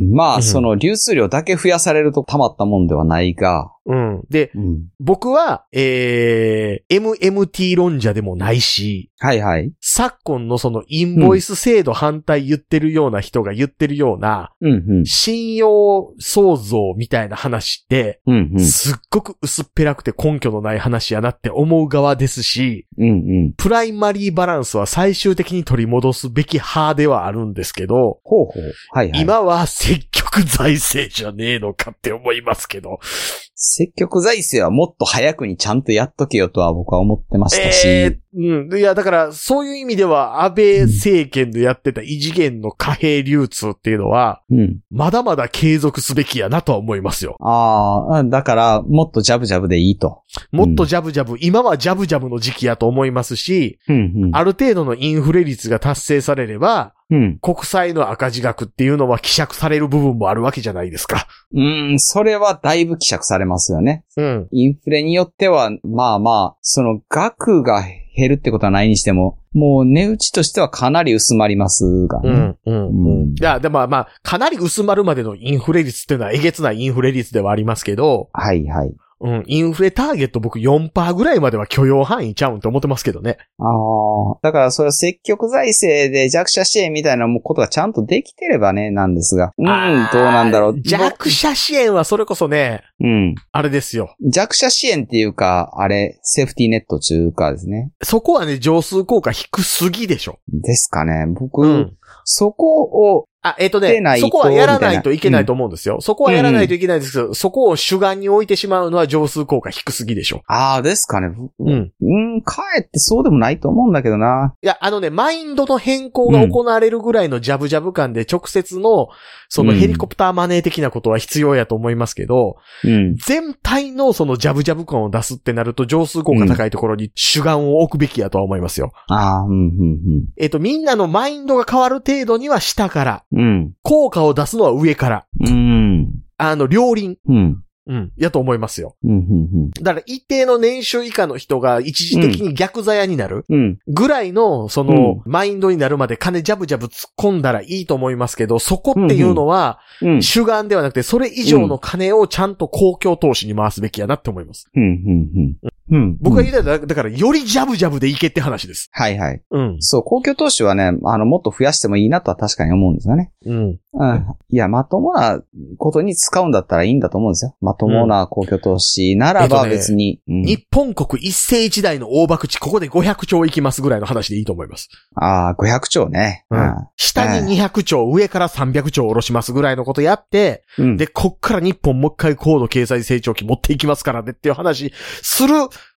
うん。ま
う
あ、
ん
その流通量だけ増やされると溜まったもんではないが。
うん。で、
うん。
僕は、えー、MMT 論者でもないし、
はいはい。
昨今のそのインボイス制度反対言ってるような人が言ってるような、
うん、うん。
信用創造みたいな話って、
うん、うん。
すっごく薄っぺらくて根拠のない話やなって思う側ですし、
うん、うん。
プライマリーバランスは最終的に取り戻すべき派ではあるんですけど、
ほうほう。はいはい。
今は積極財政じゃねえのかって思いますけど。
積極財政はもっと早くにちゃんとやっとけよとは僕は思ってましたし、
えーうん。いや、だから、そういう意味では、安倍政権でやってた異次元の貨幣流通っていうのは、
うん。
まだまだ継続すべきやなとは思いますよ。
ああ、だから、もっとジャブジャブでいいと。
もっとジャブジャブ、今はジャブジャブの時期やと思いますし、
うん、
ある程度のインフレ率が達成されれば、
うん。
国債の赤字額っていうのは希釈される部分もあるわけじゃないですか。
うん。うん、それはだいぶ希釈されますよね。
うん。
インフレによっては、まあまあ、その額が減るってことはないにしても、もう値打ちとしてはかなり薄まりますが
う
ね。
ん。うん。
うん
いや、でもまあ、かなり薄まるまでのインフレ率っていうのはえげつないインフレ率ではありますけど、
はいはい。
うん、インフレターゲット僕4%ぐらいまでは許容範囲ちゃうんと思ってますけどね。
ああ、だからそれは積極財政で弱者支援みたいなことがちゃんとできてればね、なんですが。うん、どう
あー
なんだろう。
弱者支援はそれこそね、
うん。
あれですよ。
弱者支援っていうか、あれ、セーフティーネット中いうかですね。
そこはね、乗数効果低すぎでしょ。
ですかね。僕、
うん
そこを、
あ、えっ、と
出な
ね、
いと
そこはやらないといけないと思うんですよ。そこはやらないといけないんですけど、そこを主眼に置いてしまうのは乗数効果低すぎでしょ。
ああ、ですかね。
う
うんん、うん、かえってそうでもないと思うんだけどな。
いや、あのね、マインドの変更が行われるぐらいのジャブジャブ感で直接の、その
うん
ヘリコプターマネー的なことは必要やと思いますけど、
うん。
全体のそのジャブジャブ感を出すってなると、上数効果高いところに主眼を置くべきやとは思いますよ。
ああ、うん、うん、
えっと、みんなのマインドが変わる程度には下から、
うん。
効果を出すのは上から、
うん。うん。
あの、両輪、
うん。
うん、やと思いますよ。
うん、うん、
だから一定の年収以下の人が一時的に逆座屋になる
うん。うん。
ぐらいの、その、マインドになるまで金ジャブジャブ突っ込んだらいいと思いますけど、そこっていうのは、
うん。
主眼ではなくて、それ以上の金をちゃんと公共投資に回すべきやなって思います。
うん、うん、うん。うん。
僕
は
が言いたいのは、だから、よりジャブジャブでいけって話です。
はいはい。
うん。
そう、公共投資はね、あの、もっと増やしてもいいなとは確かに思うんですよね。
うん。
うん。いや、まともなことに使うんだったらいいんだと思うんですよ。まともな公共投資ならば
うんえっとね
別に。うん
日本国一世一代の大博打ここで500兆いきますぐらいの話でいいと思います。
ああ、500兆ね。
下に200兆、上から300兆下ろしますぐらいのことやって、
うん。
で、こっから日本もう一回高度経済成長期持っていきますからねっていう話する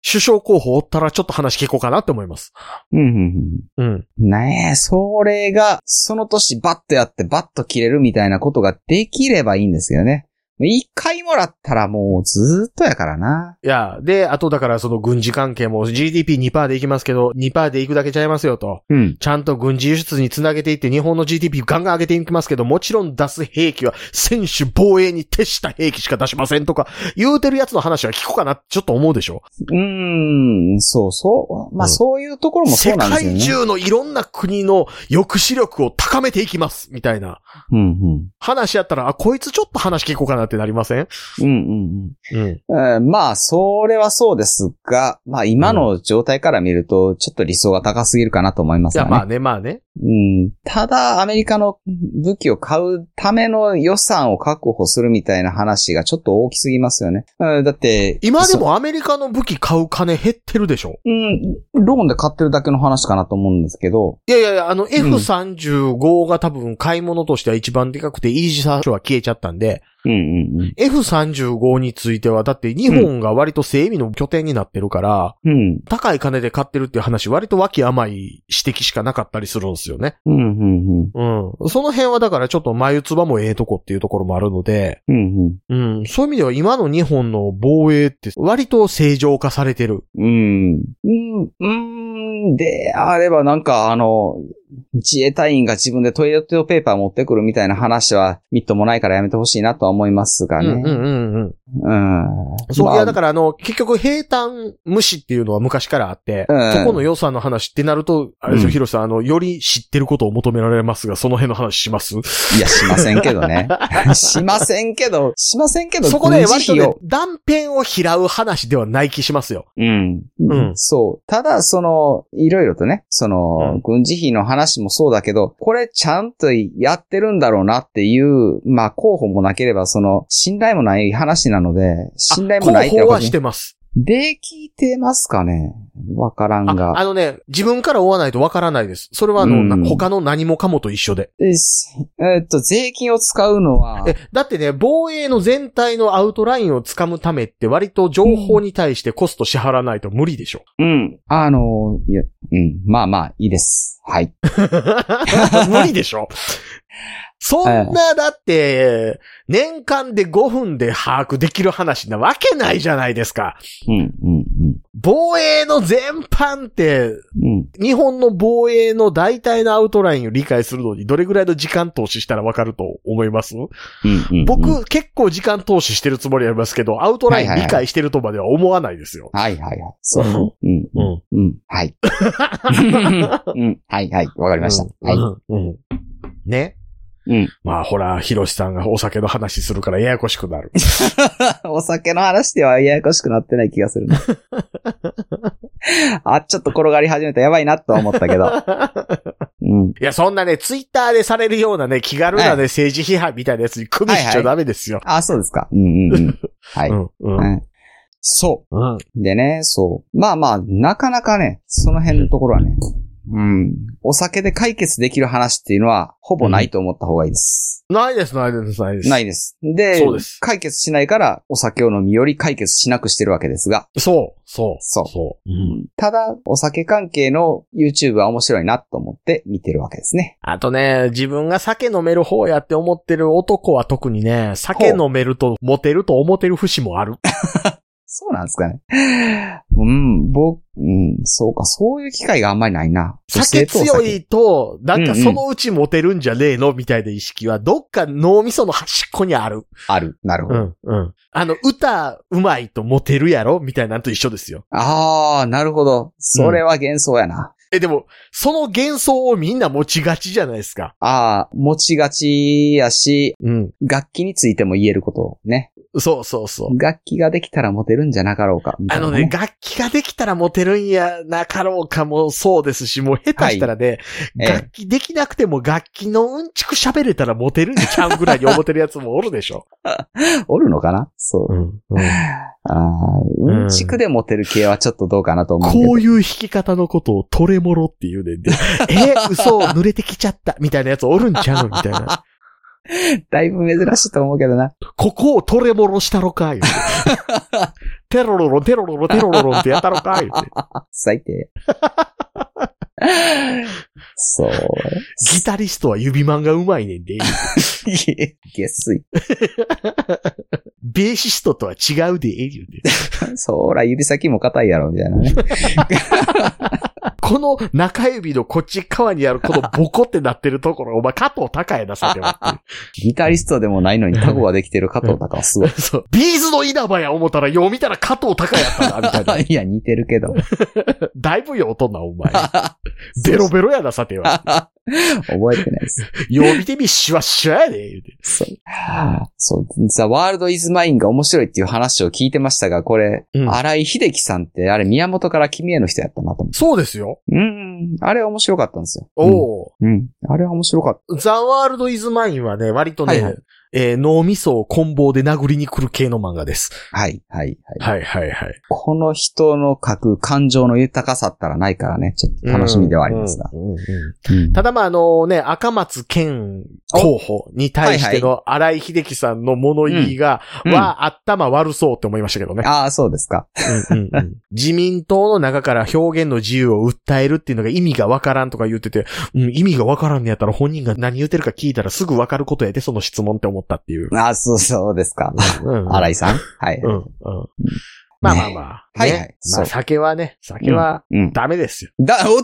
首相候補おったらちょっと話聞こうかなって思います。
うん、うん、うん。
うん。
ねえ、それが、その年バッとやってバッと切れるみたいなことができればいいんですけどね。一回もらったらもうずーっとやからな。
いや、で、あとだからその軍事関係も GDP2% でいきますけど、2%でいくだけちゃいますよと。
うん。
ちゃんと軍事輸出につなげていって日本の GDP ガンガン上げていきますけど、もちろん出す兵器は選手防衛に徹した兵器しか出しませんとか、言うてるやつの話は聞こうかなってちょっと思うでしょ。
うーん、そうそう。まあ、
うん
そういうところもそ
世
うなんですよ
界
ね。
中のいろんな国の抑止力を高めていきます、みたいな。
うん、うん。
話やったら、あ、こいつちょっと話聞こうかなってなりません
うん、うん、うん。
うん。
うんまあ、それはそうですが、まあ、今の状態から見ると、ちょっと理想が高すぎるかなと思いま
い
すよ
や、
ね。
まあね、まあね。
うん、ただ、アメリカの武器を買うための予算を確保するみたいな話がちょっと大きすぎますよね。うん、だって、
今で
そ
もアメリカの武器買う金減ってるでしょ
うん、ローンで買ってるだけの話かなと思うんですけど、
いやいやいや、あの F35 が多分買い物としては一番でかくて、イージスーは消えちゃったんで、
うんうん
F35 については、だって日本が割と整備の拠点になってるから、
うん。うん、
高い金で買ってるっていう話、割と脇甘い指摘しかなかったりするんですよね。
うん、うん、うん
うん。その辺はだからちょっと眉唾もええとこっていうところもあるので、
うん、
うん、そういう意味では今の日本の防衛って割と正常化されてる。
うん。うん、うん、であればなんかあの、自衛隊員が自分でトイレットペーパー持ってくるみたいな話はみっともないからやめてほしいなとは思いますが
うんうん
ね。
うんうん。
うん。
そう、
まあ
いやだからあの、結局兵站無視っていうのは昔からあって、
うん
そこの予算の話ってなると、あれですよ、
うん
ヒロシさん、あの、より知ってることを求められますが、その辺の話します
いや、しませんけど ね。しませんけど、しませんけど、
そこで
軍
割
事
と
費
ね
を、
断片を拾う話ではない気しますよ。
うん。
うん
そう。ただ、その、いろいろとね、その、
うん
軍事費の話もそうだけど、これちゃんとやってるんだろうなっていう、まあ、候補もなければ、その、信頼もない話なので、信頼もない
あ
って
広報
こ
は
と
してます。
で、聞いてますかねわからん
ああ
が。
のね、自分から追わないとわからないです。それはあの、
うん
な他の何もかもと一緒で。
えすえっと、税金を使うのは、
え、だってね、防衛の全体のアウトラインを掴むためって割と情報に対してコスト支払わないと無理で しょ。
うん。あの、いや、うん。まあまあ、いいです。はい。
無理でしょ。そんな、だって、年間で5分で把握できる話なわけないじゃないですか。
うん、うん、
防衛の全般って、
うん。うん。
日本の防衛の大体のアウトラインを理解するのにどれぐらいの時間投資したらわかると思います
うん、うん。
僕、
うん
結構時間投資してるつもりありますけど、アウトライン
はいはいはい
理解してるとまでは思わないですよ。
はい、はい、はい。そう。うん、
う
うんん、うん。はい。うん、 はい、はい。わかりました。はい。
うんうんね。
うん。
まあ、ほら、ヒロシさんがお酒の話するからややこしくなる。
お酒の話ではややこしくなってない気がするな。 あ、ちょっと転がり始めたやばいなとは思ったけど。うん。
いや、そんなね、ツイッターでされるようなね、気軽なね、
はい
政治批判みたいなやつに組みしちゃダメですよ。
あ、そうですか。うんうんうん。はい。
う
うん
ん、うん、
そ
うん。
う。でね、そう。まあまあ、なかなかね、その辺のところはね、うん。お酒で解決できる話っていうのは、ほぼないと思った方がいいです。
ないです、ないです、ないです。
ないです。で
そうです
解決しないから、お酒を飲みより解決しなくしてるわけですが、
そう、そう、
そう
そう。うん。
ただ、お酒関係の YouTube は面白いなと思って見てるわけですね。
あとね、自分が酒飲める方やって思ってる男は特にね、酒飲めるとモテると思ってる節もある。
そうなんですかね。うん、僕、うん、そうか、そういう機会があんまりないな。
酒強
女性
いと、なんか
うんうん
そのうちモテるんじゃねえのみたいな意識は、どっか脳みその端っこにある。
とお酒ある。なるほ
う
ど。
ん、うん。あの、歌うまいとモテるやろみたいなんと一緒ですよ。
あー、なるほど。それは幻想やな。
え、でも、その幻想をみんな持ちがちじゃないですか。
あー、持ちがちやし、
うん。
楽器についても言えることをね。
そうそうそう。
楽器ができたらモテるんじゃなかろうか。みた
あ
いな
のね、。楽器ができたらモテるんやなかろうかもそうですし、もう下手したらね、
はい
楽器できなくても楽器のうんちく喋れたらモテるんちゃうぐらいに思ってるやつもおるでしょ。
おるのかなそう。
ん。
あー、うんちくでモテる系はちょっとどうかなと思うけど。
こういう弾き方のことをトレモロっていうねんで、え、嘘、濡れてきちゃった、みたいなやつおるんちゃうみたいな。
だいぶ珍しいと思うけどな。
ここをトレモロしたろか、言 うてテロロロ、テロロロ、テロロロってやったろ か、言うて
最低。そう。
ギタリストは指マンがうまいねんで、言うて
下水。
ベーシストとは違うで、言うて
そら、指先も硬いやろ、みたいなね。
この中指のこっち側にあるこのボコってなってるところ、お前加藤高やな、それはっていう。
ギタリストでもないのにタコができてる加藤隆はすごい。
そう。ビーズの稲葉や思ったら、よう見たら加藤隆やったな、みたいな。
いや、似てるけど。
だいぶよ、とんな、お前。ベロベロやな、さて は。
覚えてないです。
よう見てみ、シワシワやで、言うて。
そう。そう。ザ・ワールド・イズ・マインが面白いっていう話を聞いてましたが、これ、
うん
荒井秀樹さんって、あれ、宮本から君への人やったなと思って。
そうですよ。
うん。あれ面白かったんですよ。
お
うん。うん。あれ面白かった。
うザ・ワールド・イズ・マインはね、割とね、
はいはい
えー脳みそを棍棒で殴りに来る系の漫画です。
はい、はい、はい。
はいはいはい。
この人の書く感情の豊かさったらないからね、ちょっと楽しみではありますが。
うんうんうん
うん
ただまあ、あのね、赤松健候補に対しての荒井秀樹さんの物言いが、
うん
は、頭悪そうって思いましたけどね。
ああ、そうですか。
うんうんうん自民党の中から表現の自由を訴えるっていうのが意味がわからんとか言ってて、うん、意味がわからんのやったら本人が何言ってるか聞いたらすぐわかることやで、その質問って思ったっていう。
ああ、そう、そうですか。
うん
荒井さんはい。
うん、うん。まあまあまあ。
はい
ね
はい
ま
そ
あ
う
酒はね、酒は
うん。
ダメですよ。
だ、おっ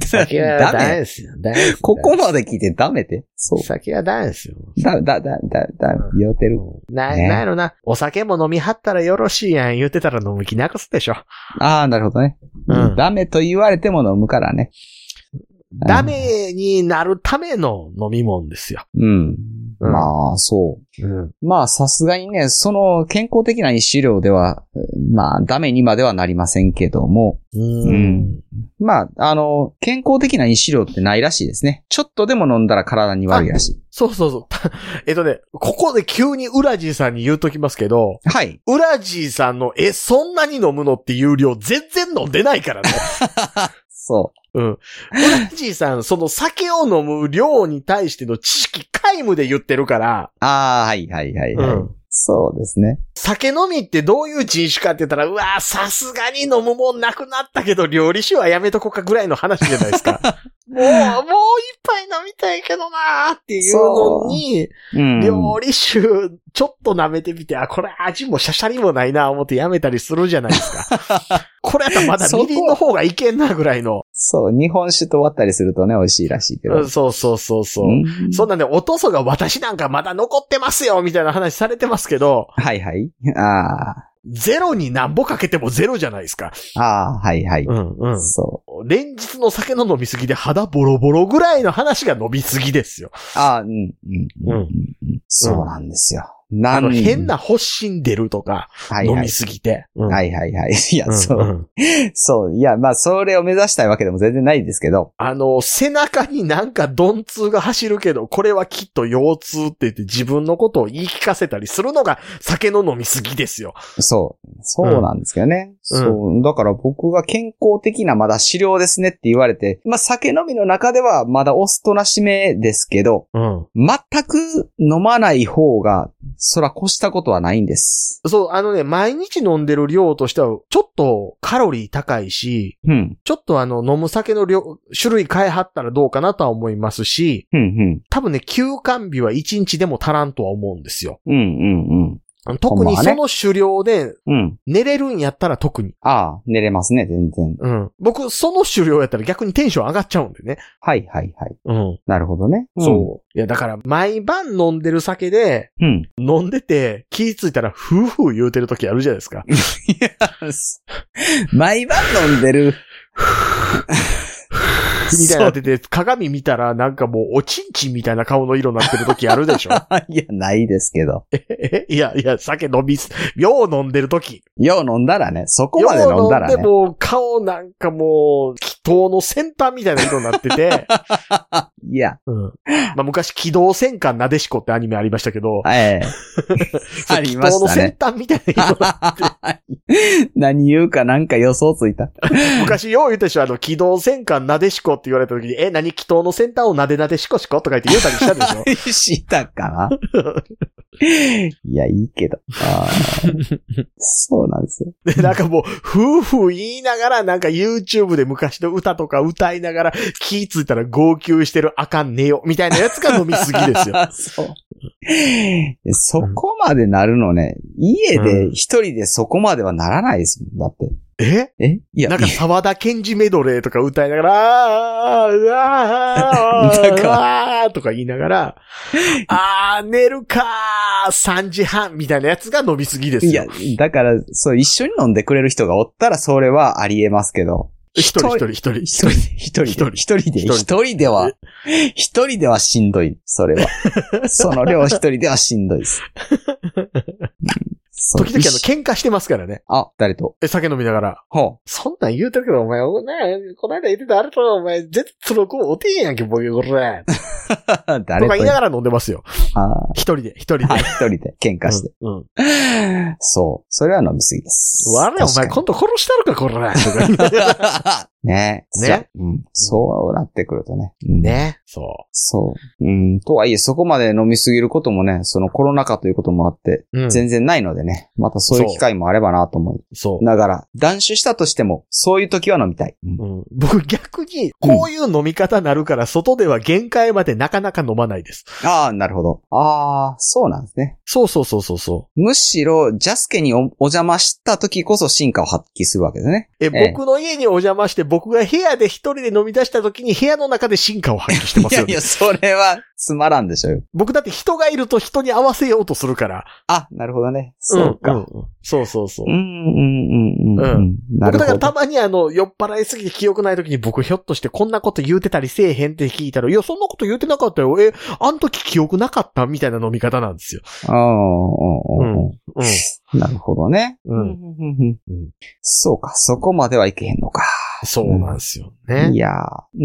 と、
酒
だ、
は ダ
ダ
メ
メ。
ですよ。ダメです
ここまで聞いてダメて。そう。
酒はダメですよ。
だ、だ、だ、だ、だ、言うてる。
な、
ね
なんやろな。お酒も飲みはったらよろしいやん言ってたら飲む気なくすでしょ。
ああ、なるほどね。
うん
ダメと言われても飲むからね。
ダメになるための飲み物ですよ。
うん。
うん
まあ、そう。
うん。
まあ、さすがにね、その健康的な医療では、まあ、ダメにまではなりませんけども、。
うん
まあ、あの、健康的な医療ってないらしいですね。ちょっとでも飲んだら体に悪いらし
そうそうそう。 たえっとね、ここで急にウラジーさんに言うときますけど、
い。はい。
ウラジーさんの、え、そんなに飲むのっていう量全然飲んでないからね。
そ
うん。ウラジーさん、その酒を飲む量に対しての知識皆無で言ってるから、
う。ああ、はいはいはい、はい
うん
そうですね。
酒飲みってどういう人種かって言ったら、うわーさすがに飲むもんなくなったけど、料理酒はやめとこうかぐらいの話じゃないですか。もう、もう一杯飲みたいけどなーっていうのに、
うん。
料理酒、ちょっと舐めてみて、あ、これ味もシャシャリもないな、思ってやめたりするじゃないですか。これやったらまだみりんの方がいけんな、ぐらいの。
そう、日本酒と割ったりするとね、美味しいらしいけど。
うんそうそうそうそう。
うん
そんなんで、おとそが私なんかまだ残ってますよ、みたいな話されてますけど、
はいはい。あ
ゼロに何ぼかけてもゼロじゃないですか。
あ、ああ、はいはい。
んう
そう。
連日の酒の飲みすぎで肌ボロボロぐらいの話が飲みすぎですよ。
ああ、うん、うん、うん
うん
うん。そうなんですよ。
あ
な
の、
ん
変、な発疹出るとか、
はい
飲
はい
み。すぎて。。
はいいはいはい。いや、
うん
そうう。
ん
そう。いや、まあ、それを目指したいわけでも全然ないですけど。
あの、背中になんか鈍痛が走るけど、これはきっと腰痛って言って自分のことを言い聞かせたりするのが酒の飲みすぎですよ。
そう。そうなんですけどね。
うん
そう。だから僕が健康的なまだ治療ですねって言われて、まあ、酒飲みの中ではまだおすとなしめですけど、
うん。
全く飲まない方が、そら越したことはないんです。
そう、あのね、毎日飲んでる量としては、ちょっとカロリー高いし、
うん。
ちょっとあの、飲む酒の量、種類変えはったらどうかなとは思いますし、
うん、うん。
多分ね、休館日は1日でも足らんとは思うんですよ。
うん、うん、
特
ほん
に
まはね
その狩猟で
うん。うん。
寝れるんやったら特に。
ああ、寝れますね、全然。
うん。僕、その狩猟やったら逆にテンション上がっちゃうんでね。
はい、はい、はい。
うん。
なるほどね。
そう。いや、だから、毎晩飲んでる酒で、
うん。うん。
飲んでて、気ぃついたら、ふうふう言うてる時あるじゃないですか。
毎晩飲んで る。
みたいなってて、鏡見たら、なんかもう、おちんちんみたいな顔の色になってる時あるでしょ。
いや、ないですけど。
えいや、いや、酒飲みす、よう飲んでる時。
よう飲んだらね、そこまで飲んだら
よう飲んで
ね。
もう顔なんかもう、気筒の先端みたいな色になってて、
いや、
うんまあ昔、機動戦艦なでしこってアニメありましたけど、
ええ あり
気
ま
筒
し
の
た
先
ね。
端みたいな色、
何言うかなんか予想つい た。
昔よう言ったでしょ、あの、機動戦艦なでしこって言われた時に、え、何気筒の先端をなでなでしこしことか言って言うたりしたでしょ
したかないや、いいけど。あーそうなん ですよ。
で、 なんかもう、夫婦言いながら、なんか YouTube で昔の歌とか歌いながら、気ついたら号泣してるあかんねよ、みたいなやつが飲みすぎですよ。
そう。そこまでなるのね。家で、一人でそこまではならないですもん。だって。
え
えいや、
なんか沢田賢治メドレーとか歌いながら、あー、うわー、
なん
う
か
わーとか言いな がら、あー、寝るかー、3時半みたいなやつが飲みすぎです
いや
よ。、
だから、そう、一緒に飲んでくれる人がおったら、それはありえますけど。
一人一人一人。
一人で、一人で、一人で、
一人
一人では、一人ではしんどい、それは。 その量一人ではしんどいです。うんそう
時々あの、
一緒
喧嘩してますからね。
あ、誰と
え、酒飲みながら。
ほ
そんなん言うてるけど、お前、お前、こないだ言ってたあれと、お前、絶対その子おてんやんけ、ボケ、これ。
う。 誰
と
と
か言いながら飲んでますよ。
あ
一人で、一人で
ーはい。一人で喧嘩して。
うん。うん
そう。それは飲みすぎです。
われ、お前、
確か
今度殺したのか、これ。とか言いながら
にね。
ね
そううん。そうなってくると ね。うん。
ね。そ
そう。うん。とはいえ、そこまで飲みすぎることもね、そのコロナ禍ということもあって、
う。うん。
全然ないのでね、またそういう機会もあればなと思
そう
い。ながら、断酒したとしても、そういう時は飲みたい。
うん僕逆に、こういう飲み方なるから、外では限界までなかなか飲まないです。
ああ、なるほど。ああ、そうなんですね。
そうそうそうそうそ
むしろ、ジャスケにおお邪魔した時こそ進化を発揮するわけですね。
う。え、
ええ
僕の家にお邪魔して、僕僕が部屋で一人で飲み出した時に部屋の中で進化を発揮してま
い
す
や
よ
い
ね。
や、それはつまらんでしょうよ。
僕だって人がいると人に合わせようとするから。
あ、なるほどね。そうか。
んんそうそうそ
う。
う
ん、うん、うん、う。
うん
な
僕
るほ
だから
ど。
たまにあの、酔っ払いすぎて記憶ない時に僕ひょっとしてこんなこと言うてたりせえへんって聞いたら、いや、そんなこと言うてなかったよ。え、あの時記憶なかったみたいな飲み方なんですよ。
うんうんうんうんなるほどね。
うん。うん。
うんそうか、そこまではいけへんのか。
そうなんですよね。
いやーうん、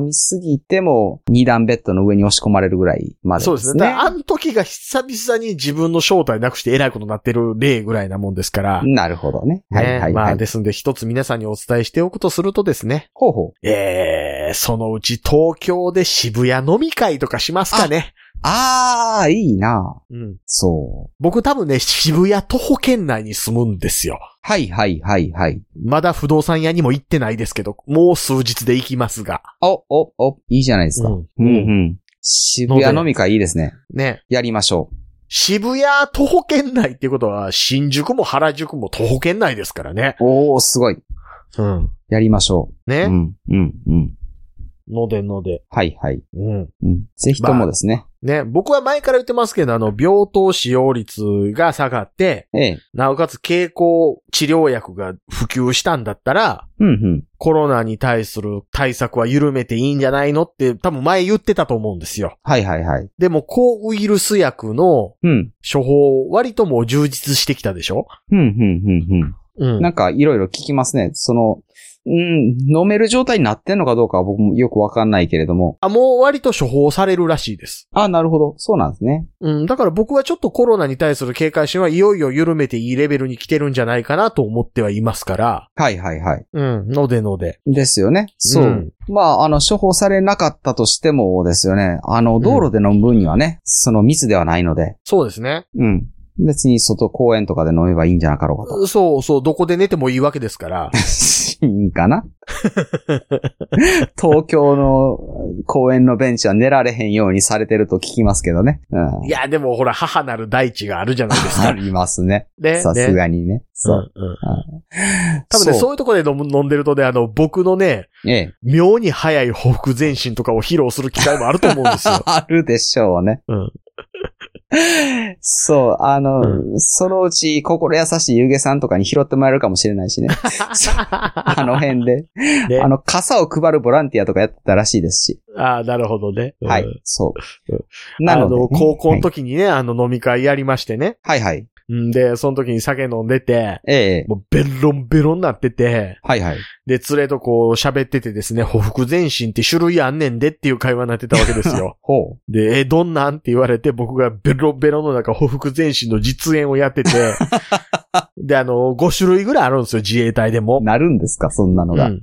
飲みすぎても、二段ベッドの上に押し込まれるぐらいまで
そう
で
です
す
ね。
ね。
だからあの時が久々に自分の正体なくして偉いことになってる例ぐらいなもんですから。
なるほどね。はいはいはい。
ねまあ、ですんで一つ皆さんにお伝えしておくとするとですね。
ほうほう。
えー、そのうち東京で渋谷飲み会とかしますかね。
あー、いいな
うん。
そう。
僕多分ね、渋谷徒歩圏内に住むんですよ。
はいはいはいはい。
まだ不動産屋にも行ってないですけど、もう数日で行きますが。
お、お、お、いいじゃないですか。
う
うんん、うん。渋谷飲み会いいですね。
ね。
やりましょ
渋谷徒歩圏内っていうことは、新宿も原宿も徒歩圏内ですからね。
う。おー、すごい。
うん。
やりましょう。
ね。
うん、うん、うん。
のでので。
はいはい。
うん。
うん。ぜひともですね。
ね、僕は前から言ってますけど、あの、病棟使用率が下がって、
ええ。
なおかつ経口治療薬が普及したんだったら、
うん、うん。
コロナに対する対策は緩めていいんじゃないのって多分前言ってたと思うんですよ。
はいはいはい。
でも抗ウイルス薬の
うん。
処方割ともう充実してきたでしょ
うん、うん、うん、うん。
うん。
なんかいろいろ聞きますね。その、うん、飲める状態になってんのかどうかは僕もよくわかんないけれども。
あ、もう割と処方されるらしいです。
あ、なるほど。そうなんですね。
うん。だから僕はちょっとコロナに対する警戒心はいよいよ緩めていいレベルに来てるんじゃないかなと思ってはいますから。
はいはいはい。
うん。のでので。
ですよね。そう。
うん
まあ、あの、処方されなかったとしてもですよね。あの、道路で飲む分にはね、その密ではないので。
そうですね。
うん。別に外公園とかで飲めばいいんじゃなかろうかと。
そうそう、どこで寝てもいいわけですから。
いいかな東京の公園のベンチは寝られへんようにされてると聞きますけどね。うん。
いや、でもほら、母なる大地があるじゃないです
あ
か。
りますね。
ね。
さす
ね。
がにね。
う
そ
ん
う。
うん。多分ね、そういうとこで飲む飲んでるとね、あの、僕のね、
う。ええ。。
妙に早い報復前進とかを披露する機会もあると思うんですよ
あるでしょうね。
うん
そう、あの、そのうち心優しいゆげさんとかに拾ってもらえるかもしれない しね。そうあの辺で。
ね
あの、傘を配るボランティアとかやってたらしいですし。
ああ、なるほどね。うん
はい、そうう。なので、
あの、高校の
と
時にね、あの飲み会やりましてね。
はいはい。
うんで、その時に酒飲んでて、
ええ
もうベロンベロンになってて、
はいはい。。
で、連れとこう喋っててですね、報復前進って種類あんねんでっていう会話になってたわけですよ
ほ
で、え、どんなんって言われて、僕がベロンベロンの中、報復前進の実演をやっ てて、で、あの、5種類ぐらいあるんですよ、自衛隊でも
う。。なるんですか、そんなの
う
が。
ん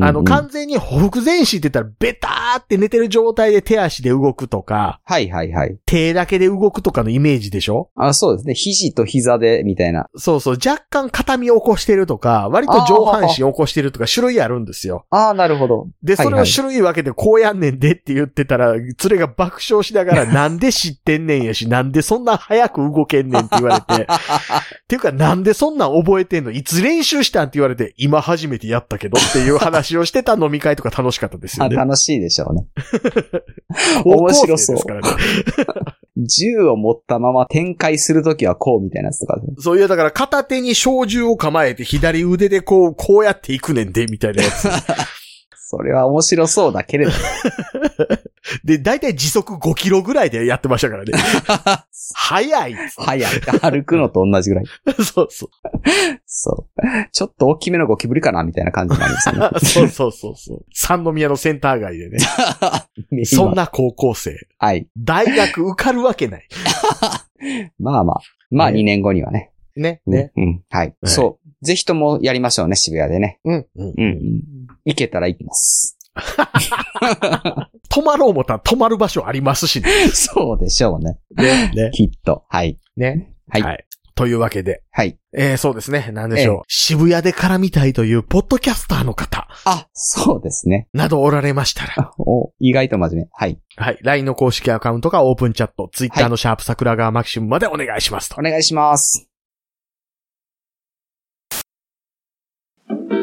あの、
うんうん
完全に歩腹前進って言ったら、ベターって寝てる状態で手足で動くとか、
はいはいはい。
手だけで動くとかのイメージでしょ
あそうですね。肘と膝で、みたいな。
そうそう、若干肩身起こしてるとか、割と上半身起こしてるとか種類あるんですよ。
ああ、なるほど。
で、
はい
そ
はい
れを種類分けてこうやんねんでって言ってたら、連れが爆笑し ながら、なんで知ってんねんやし、なんでそんな早く動けんねんって言わ れて、っていうか、なんでそんなん覚えてんのいつ練習したんって言われて、今初めてやったけどっていう話をしてた飲み会とか楽しかったですよ
あ
ね。
楽しいでしょう ね。
高校生
面白そう
ですからね。
銃を持ったまま展開するときはこうみたいなやつとか。
そういう、だから片手に小銃を構えて左腕でこう、こうやっていくねんで、みたいなやつ。
それは面白そうだけれど。
で、だいたい時速5キロぐらいでやってました からね。早いっつ
早い。歩くのと同じぐらい。
って そうそう。
そう。ちょっと大きめのゴキブリかなみたいな感じになるんです よね。
そうそうそうそう。三宮のセンター街で ね。
今
そんな高校生。
はい。
大学受かるわけない。
まあまあ。まあ
ね
2年後にはね。
ね。
うん。
ね。
うん。はい。
はい
そう。ぜひともやりましょうね、渋谷でね。
うん。うん。
うん。行けたら行きます。
泊まろう思ったら泊まる場所ありますしね。
そうでしょうね。
ね。ね。
きっと。はい。
ね。
はい
はい。というわけで。
はい。
えー、そうですね。なんでしょう。渋谷で絡みたいというポッドキャスターの方
あ、そうですね。
などおられましたら、
お、意外と真面目。はい。
はい。LINE の公式アカウントがオープンチャット、Twitter のシャープ桜川マキシムまでお願いしますと。
お願いします。
桜